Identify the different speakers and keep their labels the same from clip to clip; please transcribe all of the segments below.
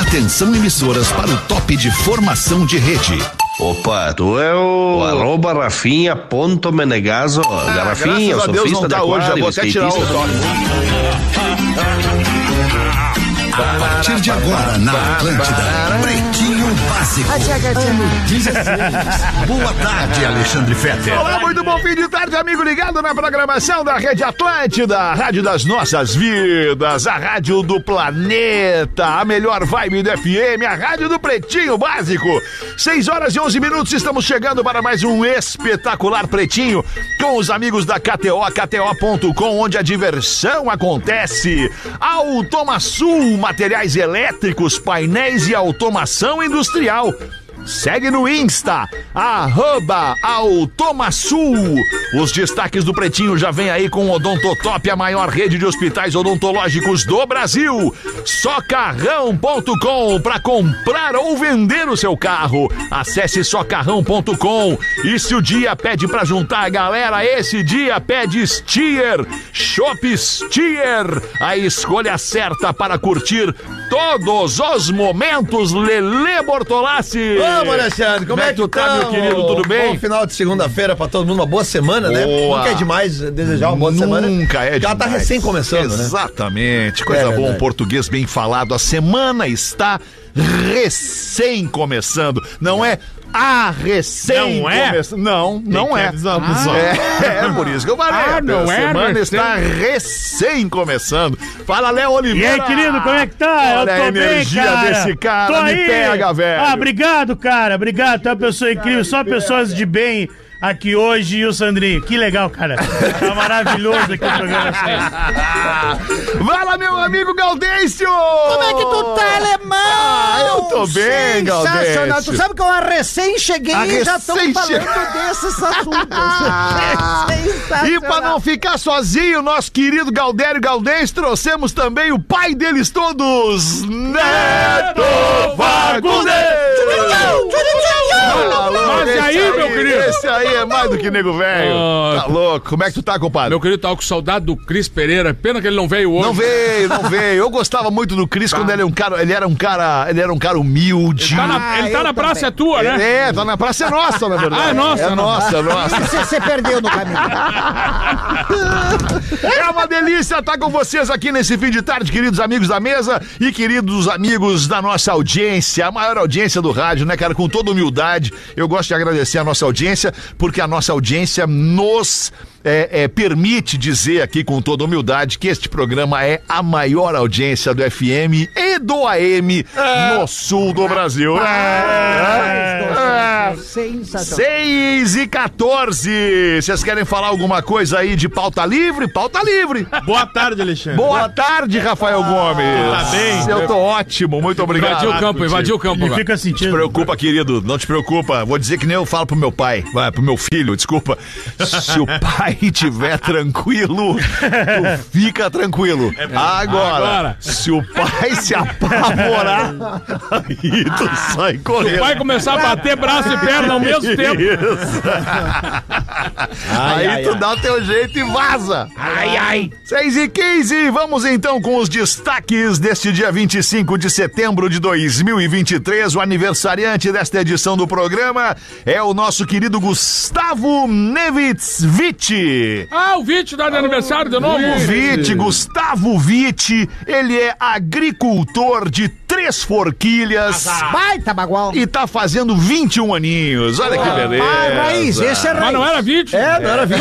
Speaker 1: Atenção emissoras para o top de formação de rede.
Speaker 2: Opa, tu é o, o arroba Rafinha ponto Menegaso. Ah, Rafinha, o surfista não
Speaker 3: da
Speaker 2: tá
Speaker 3: hoje, já vou até tirar o
Speaker 1: A partir de agora, na Atlântida, Pretinho Básico, ano 16. Boa tarde, Alexandre Fetter.
Speaker 3: Olá, muito bom fim de tarde, amigo ligado na programação da Rede Atlântida, a rádio das nossas vidas, a rádio do planeta, a melhor vibe do FM, a rádio do Pretinho Básico. 6 horas e 11 minutos, estamos chegando para mais um espetacular Pretinho com os amigos da KTO, KTO.com, onde a diversão acontece. Automaçul, materiais elétricos, painéis e automação industrial. Segue no Insta, arroba Automasul. Uh! Os destaques do Pretinho já vem aí com Odontotop, a maior rede de hospitais odontológicos do Brasil. Socarrão.com, para comprar ou vender o seu carro. Acesse socarrão.com. E se o dia pede para juntar a galera, esse dia pede Stier. Shop Stier, a escolha certa para curtir todos os momentos. Lele Bortolassi.
Speaker 4: Vamos, Alexandre, como é que tu tá,
Speaker 3: meu querido? Tudo bem?
Speaker 4: Bom final de segunda-feira pra todo mundo, uma boa semana, né?
Speaker 3: Boa.
Speaker 4: Nunca é demais desejar uma boa
Speaker 3: Nunca
Speaker 4: semana.
Speaker 3: é
Speaker 4: Já tá
Speaker 3: demais.
Speaker 4: recém começando, né?
Speaker 3: Exatamente. Coisa
Speaker 4: É
Speaker 3: boa, um
Speaker 4: verdade.
Speaker 3: português bem falado. A semana está recém começando. Não é a recém
Speaker 5: Não é?
Speaker 3: começando. Não, não
Speaker 5: que
Speaker 3: é.
Speaker 5: avisar o pessoal.
Speaker 3: é. É por isso que eu falei.
Speaker 5: Ah, não
Speaker 3: a
Speaker 5: é
Speaker 3: semana
Speaker 5: recém.
Speaker 3: está recém começando. Fala, Léo
Speaker 5: E
Speaker 3: Oliveira.
Speaker 5: aí, querido, como é que tá?
Speaker 3: Olha a energia desse cara,
Speaker 5: Tô
Speaker 3: me
Speaker 5: aí.
Speaker 3: pega, velho.
Speaker 5: Ah, obrigado, cara, obrigado. Tá uma pessoa incrível, só pessoas de bem aqui hoje e o Sandrinho. Que legal, cara. Tá maravilhoso aqui o programa. assim.
Speaker 3: Fala, meu amigo Gaudêncio!
Speaker 6: Como é que tu tá, alemão?
Speaker 3: Ah, eu tô bem,
Speaker 6: Sensacional.
Speaker 3: Galdêncio.
Speaker 6: Tu sabe que eu recém cheguei
Speaker 3: A
Speaker 6: e já estão
Speaker 3: recém
Speaker 6: falando desses assuntos.
Speaker 3: E pra não ficar sozinho, nosso querido Galdério Galdês, trouxemos também o pai deles todos, Neto Fagundes!
Speaker 5: Mas e aí, meu querido?
Speaker 3: Esse aí é mais do que nego velho.
Speaker 7: Ah.
Speaker 3: Tá louco? Como é que tu tá, compadre?
Speaker 7: Meu querido, tava com saudade do Cris Pereira. Pena que ele não veio hoje.
Speaker 3: Não veio, não veio. Eu gostava muito do
Speaker 6: Tá.
Speaker 3: Cris quando ele é um cara, ele era um cara, ele era um cara humilde.
Speaker 7: Tá na-
Speaker 6: Ah,
Speaker 7: ele tá
Speaker 6: eu
Speaker 7: na praça é tua, né?
Speaker 3: É, tá na praça é nossa, na verdade.
Speaker 7: Ah, é nossa,
Speaker 3: é
Speaker 7: não.
Speaker 3: nossa, é nossa.
Speaker 6: Você se perdeu no caminho.
Speaker 3: É uma delícia estar com vocês aqui nesse fim de tarde, queridos amigos da mesa e queridos amigos da nossa audiência, a maior audiência do rádio, né, cara? Com toda humildade, eu gosto de agradecer a nossa audiência, porque a nossa audiência nos. é, é, permite dizer aqui com toda humildade que este programa é a maior audiência do FM e do AM no sul do Brasil. É. É.
Speaker 6: Sensacional.
Speaker 3: 6 e 14. Vocês querem falar alguma coisa aí de pauta livre? Pauta livre.
Speaker 5: Boa tarde, Alexandre.
Speaker 3: Boa tarde, Rafael Gomes.
Speaker 5: Tá bem?
Speaker 3: Eu tô ótimo, muito obrigado.
Speaker 7: Invadiu o campo,
Speaker 3: Não
Speaker 7: invadiu o campo
Speaker 5: Ele
Speaker 7: agora.
Speaker 5: fica
Speaker 3: te
Speaker 5: sentindo.
Speaker 3: preocupa, querido, não te preocupa. Vou dizer que nem eu falo pro meu pai, vai, pro meu filho, desculpa. Se o pai tiver tranquilo, tu fica tranquilo.
Speaker 5: É,
Speaker 3: Agora,
Speaker 7: Agora.
Speaker 3: se o pai se apavorar, aí tu sai correndo.
Speaker 7: Vai começar a bater braço e perna ao mesmo tempo.
Speaker 3: Isso. Aí tu dá o teu jeito e vaza. Ai, ai. 6 e 15, vamos então com os destaques deste dia 25 de setembro de 2023. O aniversariante desta edição do programa é o nosso querido Gustavo Nevitsvit.
Speaker 7: Ah, o Vítio tá de aniversário de novo.
Speaker 3: O Vite, Gustavo Vite, ele é agricultor de três forquilhas
Speaker 6: Baita bagual.
Speaker 3: e tá fazendo 21 aninhos. Olha que beleza.
Speaker 6: Ah, raiz, esse é
Speaker 7: Mas
Speaker 6: raiz.
Speaker 7: não era Vítio.
Speaker 4: É, não era 20.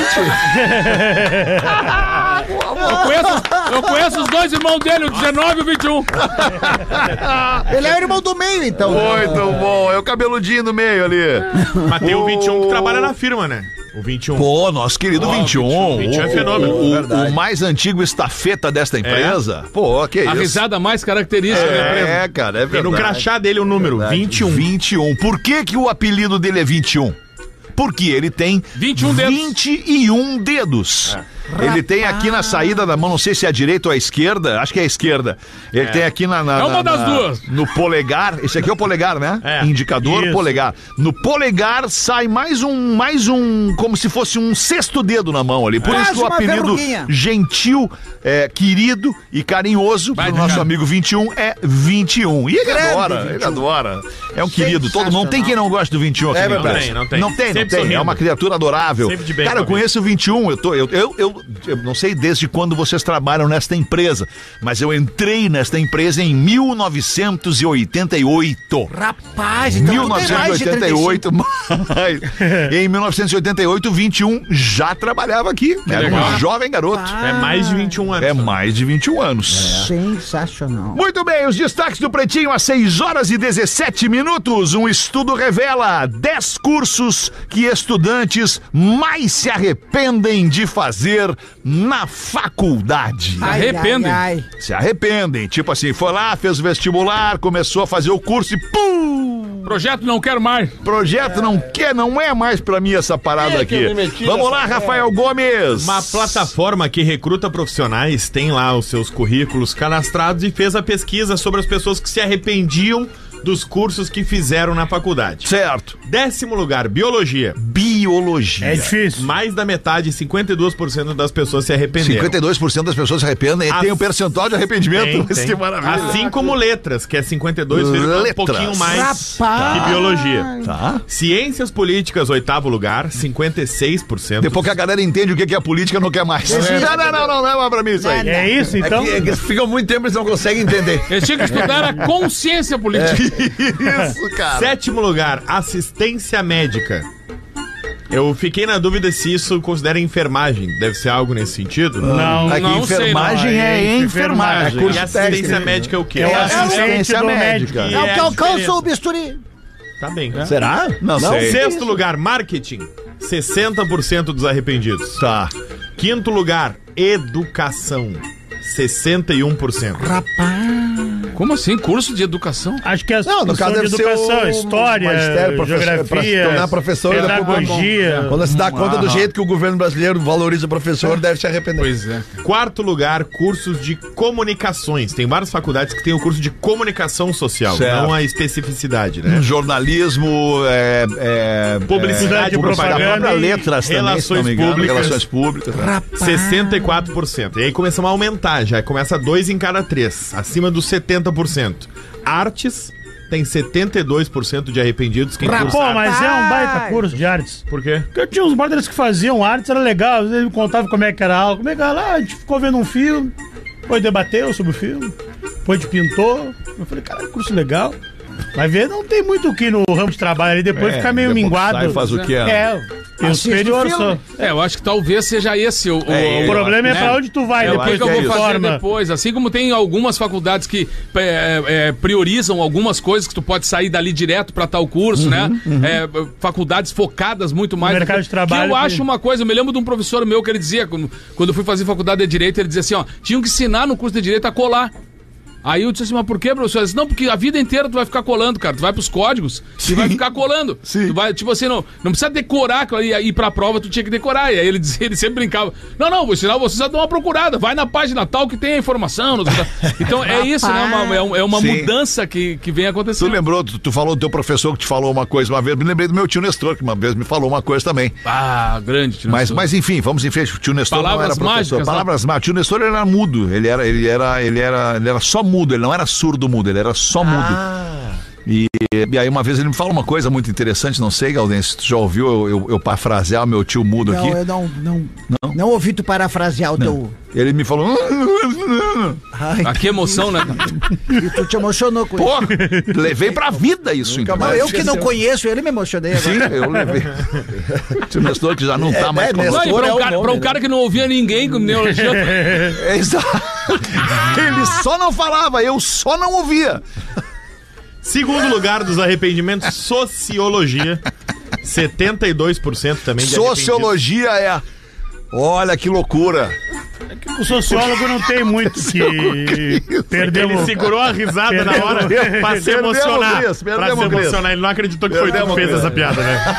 Speaker 7: Eu, conheço, eu conheço os dois irmãos dele, o 19 e o 21.
Speaker 6: Ele é o irmão do meio, então.
Speaker 3: Muito bom, é o cabeludinho no meio ali.
Speaker 5: Mas tem o 21 que trabalha na firma, né? O 21.
Speaker 3: Pô, nosso querido 21.
Speaker 5: 21 é
Speaker 3: o-
Speaker 5: fenômeno,
Speaker 3: o- O,
Speaker 4: verdade.
Speaker 3: mais antigo estafeta desta empresa. Pô, que isso.
Speaker 7: A risada mais característica da empresa.
Speaker 3: É, cara, é
Speaker 5: Tem
Speaker 3: verdade.
Speaker 5: no crachá dele o número,
Speaker 1: É
Speaker 5: 21.
Speaker 3: 21. Por que, que o apelido dele é 21? Porque ele tem
Speaker 7: 21 dedos.
Speaker 3: 21 dedos.
Speaker 1: um Ele tem aqui na saída da mão, não sei se é a direita ou a esquerda, acho que é a esquerda. Ele tem aqui na, na-
Speaker 8: É uma
Speaker 1: na-
Speaker 8: das
Speaker 1: na-
Speaker 8: duas.
Speaker 1: No polegar, esse aqui é o polegar, né?
Speaker 5: É.
Speaker 1: Indicador
Speaker 5: Isso.
Speaker 1: polegar. No polegar sai mais um, mais um, como se fosse um sexto dedo na mão ali. Por
Speaker 7: Quase
Speaker 1: isso que o
Speaker 7: uma
Speaker 1: apelido
Speaker 7: verruguinha.
Speaker 1: gentil, é, querido e carinhoso
Speaker 8: Vai,
Speaker 1: do nosso
Speaker 8: Ricardo.
Speaker 1: amigo 21 é 21. E ele
Speaker 7: Grande
Speaker 1: adora, ele
Speaker 7: 21.
Speaker 1: adora. É um querido, todo não tem quem não goste do 21 aqui.
Speaker 4: É
Speaker 1: na
Speaker 4: verdade.
Speaker 1: empresa.
Speaker 3: Não tem, não tem.
Speaker 1: Não tem, não
Speaker 3: Sempre
Speaker 1: tem. É
Speaker 3: sorrindo.
Speaker 1: uma criatura adorável.
Speaker 3: Sempre de bem
Speaker 1: Cara, eu
Speaker 3: com a vida.
Speaker 1: conheço o 21, eu, tô, eu, eu, eu, eu não sei desde quando vocês trabalham nesta empresa, mas eu entrei nesta empresa em 1988.
Speaker 7: Rapaz, então tu tem mais de
Speaker 1: 1988, mas em 1988, 21 já trabalhava aqui. Era um
Speaker 3: legal.
Speaker 1: jovem garoto.
Speaker 3: É mais de 21 anos.
Speaker 1: É mais de 21 anos.
Speaker 7: É. Sensacional.
Speaker 1: Muito bem, os destaques do Pretinho às 6 horas e 17 minutos. Um estudo revela 10 cursos que estudantes mais se arrependem de fazer na faculdade.
Speaker 7: Ai,
Speaker 8: Arrependem.
Speaker 7: ai, ai.
Speaker 1: Se arrependem. Tipo assim, foi lá, fez o vestibular, começou a fazer o curso e pum!
Speaker 8: Projeto não quero mais.
Speaker 1: Projeto não quer, não é mais pra mim essa parada
Speaker 4: É que eu
Speaker 1: aqui.
Speaker 4: me meti
Speaker 1: Vamos
Speaker 4: nessa
Speaker 1: lá,
Speaker 4: merda.
Speaker 1: Rafael Gomes.
Speaker 3: Uma plataforma que recruta profissionais tem lá os seus currículos cadastrados e fez a pesquisa sobre as pessoas que se arrependiam dos cursos que fizeram na faculdade.
Speaker 1: Certo.
Speaker 3: Décimo lugar, biologia.
Speaker 1: Biologia.
Speaker 5: É difícil.
Speaker 3: Mais da metade, 52% das pessoas se arrependeram.
Speaker 1: 52% das pessoas se arrependem e
Speaker 3: As-
Speaker 1: tem um percentual de arrependimento.
Speaker 3: Tem,
Speaker 1: Mas
Speaker 3: tem.
Speaker 1: que maravilha.
Speaker 3: Assim como letras, que é 52,
Speaker 1: Letras.
Speaker 3: um pouquinho
Speaker 7: É
Speaker 3: mais
Speaker 7: Rapaz.
Speaker 3: que biologia.
Speaker 1: Tá.
Speaker 3: Ciências políticas, oitavo lugar, 56%.
Speaker 1: Depois que a galera entende o que que é política, não quer mais. Não, não, não, não, não é mais pra mim isso aí.
Speaker 5: É isso,
Speaker 4: É
Speaker 5: então?
Speaker 4: que, é que eles ficam muito tempo eles não conseguem entender.
Speaker 8: Eles tinham que estudar a consciência política.
Speaker 1: Isso, cara.
Speaker 3: Sétimo lugar, assistência médica. Eu fiquei na dúvida se isso considera enfermagem. Deve ser algo nesse sentido?
Speaker 5: Não,
Speaker 1: Aqui,
Speaker 8: não sei,
Speaker 1: enfermagem
Speaker 5: não.
Speaker 1: é,
Speaker 5: É
Speaker 1: enfermagem.
Speaker 5: enfermagem.
Speaker 3: E assistência médica é o quê?
Speaker 5: É o
Speaker 1: a
Speaker 5: assistente do médico.
Speaker 3: E
Speaker 7: É o
Speaker 3: é
Speaker 7: que
Speaker 3: a
Speaker 7: alcança
Speaker 3: diferença.
Speaker 7: o bisturi.
Speaker 3: Tá bem, né?
Speaker 1: Será? Não, sei.
Speaker 3: Sexto lugar, marketing. 60% dos arrependidos.
Speaker 1: Tá.
Speaker 3: Quinto lugar, educação. 61%.
Speaker 8: Como assim? Curso de educação?
Speaker 5: Acho que é
Speaker 4: Não, no caso
Speaker 5: de
Speaker 4: deve ser
Speaker 5: educação,
Speaker 4: o
Speaker 5: história,
Speaker 4: magistério, professor- pra se
Speaker 5: geografia,
Speaker 4: tornar professor, ele é
Speaker 5: pedagogia.
Speaker 8: Uhum.
Speaker 4: Quando se dá conta do jeito que o governo brasileiro valoriza o professor, deve se arrepender.
Speaker 8: Pois é.
Speaker 3: Quarto lugar, cursos de comunicações. Tem várias faculdades que tem o curso de comunicação social,
Speaker 1: Certo. Hum,
Speaker 3: não a especificidade, né?
Speaker 1: Jornalismo, é, é,
Speaker 3: Publicidade
Speaker 1: propaganda,
Speaker 5: e propaganda
Speaker 1: propaganda
Speaker 5: e
Speaker 1: letras também, se não
Speaker 3: relações
Speaker 1: me engano,
Speaker 3: públicas.
Speaker 1: relações públicas.
Speaker 3: 64%. E aí começamos a aumentar já. Começa dois em cada três, acima dos 70%. Artes tem 72% de arrependidos. Quem cursa
Speaker 5: Pô,
Speaker 3: arte-
Speaker 5: mas é um baita curso de artes.
Speaker 3: Por quê?
Speaker 5: Porque eu tinha uns brothers que faziam artes, era legal. Às vezes me contavam como é que era a aula. Como é que era lá? A gente ficou vendo um filme, depois debateu sobre o filme, depois de pintou. Eu falei, caralho, curso legal. Vai ver, não tem muito o que no ramo de trabalho ali, depois fica meio
Speaker 1: depois
Speaker 5: minguado.
Speaker 1: sai e faz o que é.
Speaker 5: É, tem o
Speaker 7: Assiste
Speaker 5: superior
Speaker 7: filme.
Speaker 5: só.
Speaker 8: É, eu acho que talvez seja esse o, o-
Speaker 5: O
Speaker 8: o
Speaker 5: problema é
Speaker 8: né?
Speaker 5: pra onde tu vai
Speaker 8: É, o que,
Speaker 5: depois
Speaker 8: que
Speaker 5: que
Speaker 8: eu
Speaker 5: tu
Speaker 8: vou fazer
Speaker 5: forma.
Speaker 8: depois? Assim como tem algumas faculdades que é, é, priorizam algumas coisas que tu pode sair dali direto pra tal curso, né? É, faculdades focadas muito mais.
Speaker 5: No mercado de trabalho,
Speaker 8: Que eu
Speaker 5: que-
Speaker 8: acho uma coisa, eu me lembro de um professor meu que ele dizia, quando quando eu fui fazer faculdade de Direito, ele dizia assim, ó, tinham que ensinar no curso de Direito a colar. Aí eu disse assim, mas por que, professor? Ele disse, não, porque a vida inteira tu vai ficar colando, cara. Tu vai pros códigos e vai ficar colando.
Speaker 1: sim.
Speaker 8: Tu vai, tipo assim, não, não precisa decorar, e ir pra prova tu tinha que decorar. E aí ele, dizia, ele sempre brincava, não, não, vou ensinar vocês a dar uma procurada. Vai na página tal que tem a informação. não sei o que lá." Então é isso, né? Uma- é um- é uma
Speaker 1: Sim.
Speaker 8: mudança que, que vem
Speaker 1: Tu
Speaker 8: acontecendo.
Speaker 1: lembrou, tu, tu falou do teu professor que te falou uma coisa uma vez, me lembrei do meu tio Nestor, que uma vez me falou uma coisa também.
Speaker 8: Ah, grande. Tino
Speaker 1: Mas,
Speaker 8: Souza.
Speaker 1: mas enfim, vamos em frente. O tio Nestor não
Speaker 8: Palavras
Speaker 1: era professor.
Speaker 8: mágicas, né?
Speaker 1: Palavras mágicas. O tio Nestor era mudo. Ele era, ele era, ele era, ele era só mudo, ele não era surdo mudo, ele era só
Speaker 8: Ah.
Speaker 1: mudo. E, e aí uma vez ele me fala uma coisa muito interessante, não sei, Gaudense, se tu já ouviu eu, eu, eu parafrasear o meu tio mudo
Speaker 7: Não, é-
Speaker 1: aqui.
Speaker 7: eu não, não, não. ouvi tu parafrasear o teu.
Speaker 1: Ele me falou. "Ah,
Speaker 7: Ai,
Speaker 8: Ah, que emoção, né?
Speaker 7: e tu te emocionou com
Speaker 1: Pô, levei pra vida isso, então.
Speaker 7: isso. Eu que não conheço ele, me emocionei agora.
Speaker 1: Sim, eu levei. Tio Nestor que já não tá mais
Speaker 4: é,
Speaker 1: conosco.
Speaker 4: Nestor. é
Speaker 8: Não, e pra um,
Speaker 4: o
Speaker 8: cara,
Speaker 4: nome,
Speaker 8: pra um
Speaker 4: né?
Speaker 8: cara que não ouvia ninguém, como nem o Alexandre.
Speaker 1: É, exato. Ele só não falava, eu só não ouvia.
Speaker 3: Segundo lugar dos arrependimentos, sociologia. 72% também de arrependidos.
Speaker 1: Sociologia é. Olha que loucura.
Speaker 5: O sociólogo não tem muito que. Perdeu.
Speaker 3: Ele segurou a risada na hora pra se
Speaker 9: Perdemos,
Speaker 3: emocionar.
Speaker 9: Cris,
Speaker 3: Pra
Speaker 9: perdemos,
Speaker 3: se
Speaker 9: Cris.
Speaker 3: emocionar. Ele não acreditou que foi tu que
Speaker 9: Perdemos,
Speaker 3: fez
Speaker 9: Cris.
Speaker 3: essa piada, né?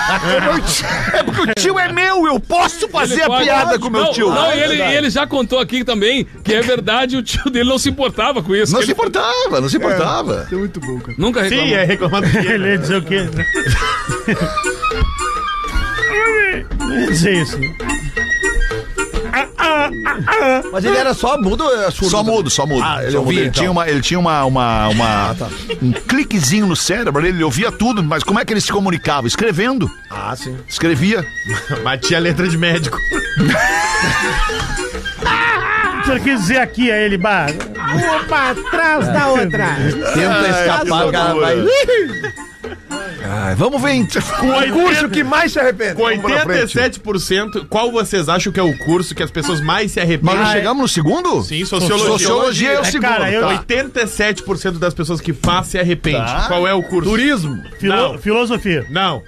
Speaker 9: É porque o tio é meu, eu posso fazer a
Speaker 8: pode-
Speaker 9: piada com o meu
Speaker 8: Não,
Speaker 9: tio.
Speaker 4: Ah,
Speaker 8: Não, e
Speaker 4: é
Speaker 8: ele, e ele já contou aqui também que é verdade, o tio dele não se importava com isso.
Speaker 1: Não
Speaker 8: que
Speaker 1: se
Speaker 8: ele
Speaker 1: importava, não se importava.
Speaker 8: nunca reclamou.
Speaker 3: Sim, é reclamando que
Speaker 5: Ele ia dizer o quê? Não ia dizer isso. né?
Speaker 4: Mas ele era só mudo, é surdo.
Speaker 1: Só mudo, só mudo.
Speaker 4: Ah, ele
Speaker 1: Só mudo.
Speaker 4: ouvia,
Speaker 1: Ele
Speaker 4: então.
Speaker 1: tinha, uma, ele tinha uma, uma, uma- um cliquezinho no cérebro, ele ouvia tudo, mas como é que ele se comunicava? Escrevendo.
Speaker 4: Ah, sim.
Speaker 1: Escrevia.
Speaker 3: Bati a letra de médico.
Speaker 5: Só quis dizer aqui a ele, bah.
Speaker 7: Uma pra trás da outra.
Speaker 4: Tenta escapar, o cara vai. uh,
Speaker 1: Ah, vamos ver. então.
Speaker 4: O curso que mais se arrepende.
Speaker 3: Com 87%, qual vocês acham que é o curso que as pessoas mais se
Speaker 1: Mas não
Speaker 3: arrependem?
Speaker 1: chegamos no segundo?
Speaker 3: Sim, sociologia.
Speaker 1: Sociologia é o
Speaker 5: É,
Speaker 1: segundo.
Speaker 5: cara, eu-
Speaker 1: tá.
Speaker 3: 87% das pessoas que faz se arrepende. Qual é o curso?
Speaker 4: Tá. Turismo.
Speaker 5: filo-
Speaker 3: Não.
Speaker 5: Filosofia.
Speaker 3: Não.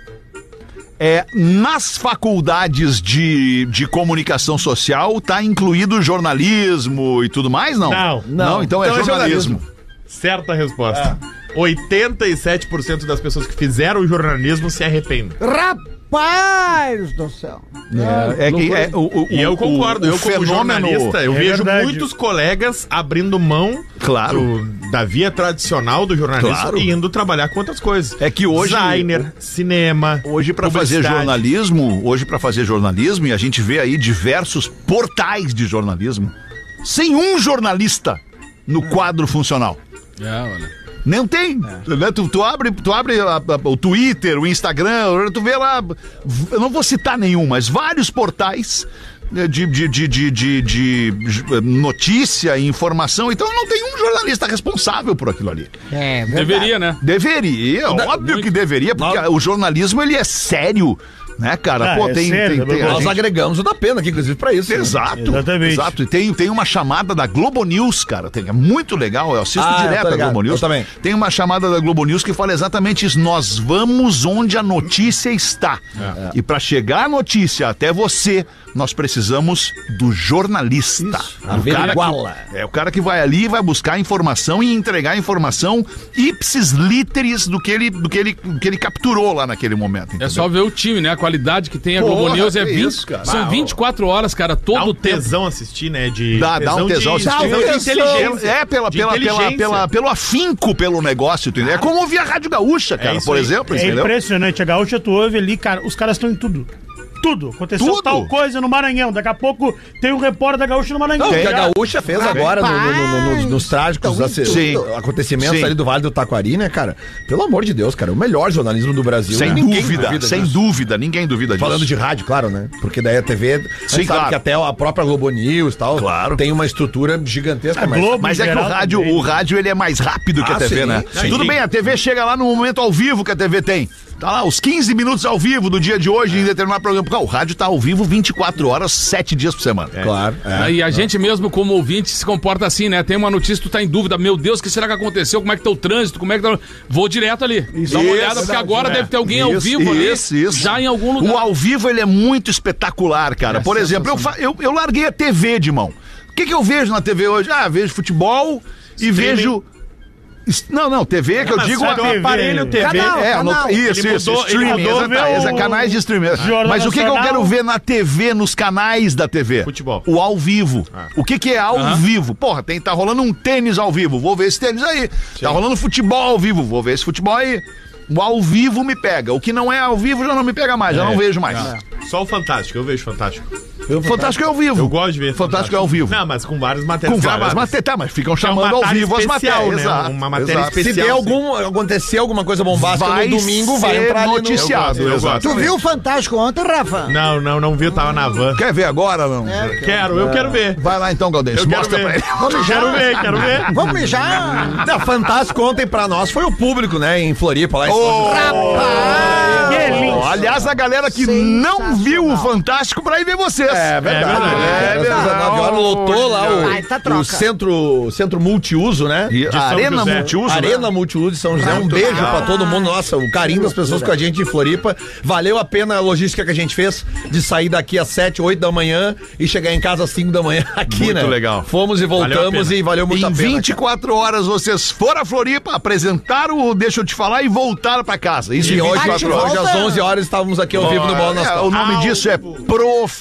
Speaker 1: É, nas faculdades de, de comunicação social tá incluído jornalismo e tudo mais, não? Não,
Speaker 3: Não,
Speaker 4: não.
Speaker 1: então, é,
Speaker 4: Então é
Speaker 1: jornalismo.
Speaker 3: Certa resposta. 87% das pessoas que fizeram o jornalismo se arrependem.
Speaker 7: Rapaz do céu.
Speaker 1: É, que é, o, o-
Speaker 3: E eu
Speaker 1: o-
Speaker 3: concordo,
Speaker 1: o
Speaker 3: eu como
Speaker 1: fenômeno,
Speaker 3: jornalista, eu
Speaker 5: É
Speaker 3: vejo
Speaker 5: verdade.
Speaker 3: muitos colegas abrindo mão
Speaker 1: Claro.
Speaker 3: do- da via tradicional do jornalismo
Speaker 1: Claro.
Speaker 3: e indo trabalhar com outras coisas.
Speaker 1: É que hoje-
Speaker 3: Designer, cinema.
Speaker 1: Hoje para fazer
Speaker 3: publicidade.
Speaker 1: jornalismo, hoje para fazer jornalismo e a gente vê aí diversos portais de jornalismo sem um jornalista no quadro funcional.
Speaker 8: É, olha. É.
Speaker 1: Não tem. Né? Tu, tu abre, tu abre a- a- o Twitter, o Instagram, tu vê lá. v- Eu não vou citar nenhum, mas vários portais né, de, de, de, de, de- de j- notícia e informação. Então não tem um jornalista responsável por aquilo ali.
Speaker 7: É,
Speaker 8: Deveria, né?
Speaker 1: Deveria, óbvio que deveria, porque o jornalismo ele é sério, né, cara?
Speaker 5: Ah,
Speaker 1: Pô,
Speaker 5: é
Speaker 1: tem.
Speaker 5: sério,
Speaker 1: tem- tem- a
Speaker 4: Nós
Speaker 1: gente-
Speaker 4: agregamos o da pena aqui, inclusive, pra isso. né?
Speaker 1: Exato.
Speaker 5: Exatamente.
Speaker 1: Exato. E tem, tem uma chamada da Globo News, cara. Tem, é muito legal. Eu assisto
Speaker 4: Ah, eu
Speaker 1: direto
Speaker 4: tô
Speaker 1: a
Speaker 4: ligado,
Speaker 1: Globo News.
Speaker 4: eu também.
Speaker 1: Tem uma chamada da Globo News que fala exatamente isso. Nós vamos onde a notícia está.
Speaker 4: É.
Speaker 1: E para chegar a notícia até você, nós precisamos do jornalista.
Speaker 4: A
Speaker 1: Do cara
Speaker 4: veriguala.
Speaker 1: que, é o cara que vai ali e vai buscar a informação e entregar a informação ipsis literis do que ele, do que ele, do que ele capturou lá naquele momento.
Speaker 8: É
Speaker 1: entendeu?
Speaker 8: só ver o time, né? A qualidade que tem a
Speaker 1: Porra,
Speaker 8: Globo News é
Speaker 1: que
Speaker 8: 20,
Speaker 1: isso, cara.
Speaker 8: são 24 horas, cara,
Speaker 3: Dá
Speaker 8: todo
Speaker 3: um
Speaker 8: o tempo.
Speaker 3: tesão assistir, né? De,
Speaker 1: Dá, dá um tesão.
Speaker 3: de,
Speaker 1: Vocês
Speaker 3: tesão
Speaker 1: têm-
Speaker 3: de inteligência.
Speaker 1: É, pela,
Speaker 3: De
Speaker 1: pela, pela,
Speaker 3: inteligência.
Speaker 1: pela, pelo afinco pelo negócio, entendeu? É como ouvir a Rádio Gaúcha, cara,
Speaker 3: isso
Speaker 1: por
Speaker 3: aí.
Speaker 1: exemplo,
Speaker 5: É
Speaker 1: entendeu?
Speaker 5: impressionante. A gaúcha, tu ouve ali, cara, os caras estão em tudo. Tudo. Aconteceu
Speaker 1: Tudo?
Speaker 5: tal coisa no Maranhão. Daqui a pouco tem um repórter da gaúcha no Maranhão. É.
Speaker 4: Não, o que
Speaker 5: Já-
Speaker 4: a Gaúcha fez agora no- no- no- no- nos trágicos ace-
Speaker 1: Sim.
Speaker 4: acontecimentos
Speaker 1: tá Sim.
Speaker 4: ali do Vale do Taquari, né, cara? Pelo amor de Deus, cara, o melhor jornalismo do Brasil.
Speaker 1: Sem
Speaker 4: né?
Speaker 1: dúvida, sem
Speaker 4: disso.
Speaker 1: dúvida, ninguém duvida disso.
Speaker 4: Falando de rádio, claro, né? Porque daí a TV, a gente
Speaker 1: Sim,
Speaker 4: sabe
Speaker 1: claro.
Speaker 4: que até a própria Globo News e tal
Speaker 1: Claro.
Speaker 4: tem uma estrutura gigantesca.
Speaker 5: A Globo,
Speaker 1: Mas
Speaker 5: em
Speaker 1: é que o
Speaker 5: geral,
Speaker 1: rádio,
Speaker 5: também.
Speaker 1: o
Speaker 8: né?
Speaker 1: rádio ele é mais rápido que a
Speaker 4: Ah,
Speaker 1: TV,
Speaker 4: sim,
Speaker 1: né?
Speaker 4: sim.
Speaker 1: Tudo bem, a TV chega lá no momento ao vivo que a TV tem. Tá lá, os 15 minutos ao vivo do dia de hoje em
Speaker 8: É.
Speaker 1: determinado programa. Porque, ó, o rádio tá ao vivo 24 horas, 7 dias por semana.
Speaker 4: Claro. é.
Speaker 8: Né? e a gente mesmo, como ouvinte, se comporta assim, né? Tem uma notícia, tu tá em dúvida. Meu Deus, o que será que aconteceu? Como é que tá o trânsito? Como é que tá... Vou direto ali. Dá uma
Speaker 1: Isso,
Speaker 8: olhada, porque agora
Speaker 3: é.
Speaker 8: deve ter alguém ao vivo ali. Já em algum
Speaker 1: O
Speaker 8: lugar. É
Speaker 1: ao vivo ele é muito espetacular, cara. Por exemplo, eu, fa- eu, eu larguei a TV de mão. O que, que eu vejo na TV hoje? Ah, vejo futebol e vejo. Es- Não, não, TV
Speaker 8: É,
Speaker 1: que eu digo.
Speaker 3: Mas
Speaker 1: a-
Speaker 3: sabe,
Speaker 5: TV.
Speaker 3: o aparelho TV.
Speaker 7: Canal.
Speaker 1: é, no- isso,
Speaker 3: Ele
Speaker 1: isso,
Speaker 3: mudou- ele
Speaker 1: streaming,
Speaker 3: mudou,
Speaker 1: exata-
Speaker 5: viu,
Speaker 1: exa- canais de streaming.
Speaker 5: Jornal
Speaker 1: Mas o que, que eu
Speaker 5: Nacional.
Speaker 1: quero ver na TV, nos canais da TV?
Speaker 3: Futebol. Ah.
Speaker 1: O ao vivo. O que, que é ao
Speaker 8: Aham.
Speaker 1: vivo? Porra, tem, tá rolando um tênis ao vivo, vou ver esse tênis aí. Tá rolando futebol ao vivo, vou ver esse futebol aí. O ao vivo me pega. O que não é ao vivo já não me pega mais, já
Speaker 3: É.
Speaker 1: não vejo mais. É.
Speaker 3: Só o Fantástico, eu vejo Fantástico.
Speaker 1: Fantástico é ao vivo.
Speaker 3: Eu gosto de ver
Speaker 1: Fantástico é ao vivo.
Speaker 3: Não, mas com várias matérias
Speaker 1: Com várias
Speaker 3: gravadas.
Speaker 1: matérias. Tá, mas ficam
Speaker 3: É uma
Speaker 1: chamando ao
Speaker 3: matéria
Speaker 1: vivo as
Speaker 3: especial,
Speaker 1: matérias.
Speaker 3: né?
Speaker 1: exato,
Speaker 3: Uma matéria
Speaker 1: exato.
Speaker 4: Se
Speaker 3: especial,
Speaker 4: der
Speaker 3: sim.
Speaker 4: algum, acontecer alguma coisa bombástica
Speaker 1: Vai
Speaker 4: no domingo, vai
Speaker 1: ser
Speaker 4: entrar ali no...
Speaker 1: noticiado,
Speaker 3: Eu gosto, eu
Speaker 1: exato.
Speaker 3: gosto.
Speaker 7: Tu viu o Fantástico ontem, Rafa?
Speaker 3: Não, não, não vi, eu tava na van.
Speaker 1: Quer ver agora, não?
Speaker 4: É,
Speaker 3: Quero, eu quero ver.
Speaker 1: Vai lá então, Galdêncio.
Speaker 3: Eu quero
Speaker 1: Mostra pra
Speaker 3: ver.
Speaker 1: ele.
Speaker 3: Quero ver, quero ver.
Speaker 7: Vamos mijar?
Speaker 4: Não, fantástico ontem pra nós foi o público, né, em Floripa, lá em
Speaker 1: Ô,
Speaker 4: São José.
Speaker 7: Rapaz!
Speaker 5: É,
Speaker 1: Ó, Aliás, a galera que não viu o Fantástico pra ir ver vocês. É
Speaker 4: verdade.
Speaker 1: É
Speaker 4: Às
Speaker 1: verdade.
Speaker 4: 19 horas lotou lá o,
Speaker 7: Ai, tá troca.
Speaker 4: o centro, centro multiuso, né?
Speaker 1: E
Speaker 3: São
Speaker 1: Arena
Speaker 3: José.
Speaker 1: Multiuso. né?
Speaker 4: Arena Multiuso de São José. Um beijo pra todo mundo. Nossa, o carinho das pessoas com a gente de Floripa. Valeu a pena a logística que a gente fez de sair daqui às 7, 8 da manhã e chegar em casa às 5 da manhã aqui,
Speaker 1: Muito
Speaker 4: né?
Speaker 1: legal.
Speaker 4: Fomos e
Speaker 3: Valeu a
Speaker 4: voltamos
Speaker 3: pena.
Speaker 4: e valeu muito a
Speaker 1: em
Speaker 4: pena.
Speaker 1: 24 horas vocês foram a Floripa, apresentaram o Deixa eu te falar e voltaram pra casa. Isso em
Speaker 4: E hoje,
Speaker 1: 24 horas.
Speaker 4: hoje às 11 horas estávamos aqui ao vivo no Bola nas
Speaker 1: É, o
Speaker 4: Costas.
Speaker 1: nome disso é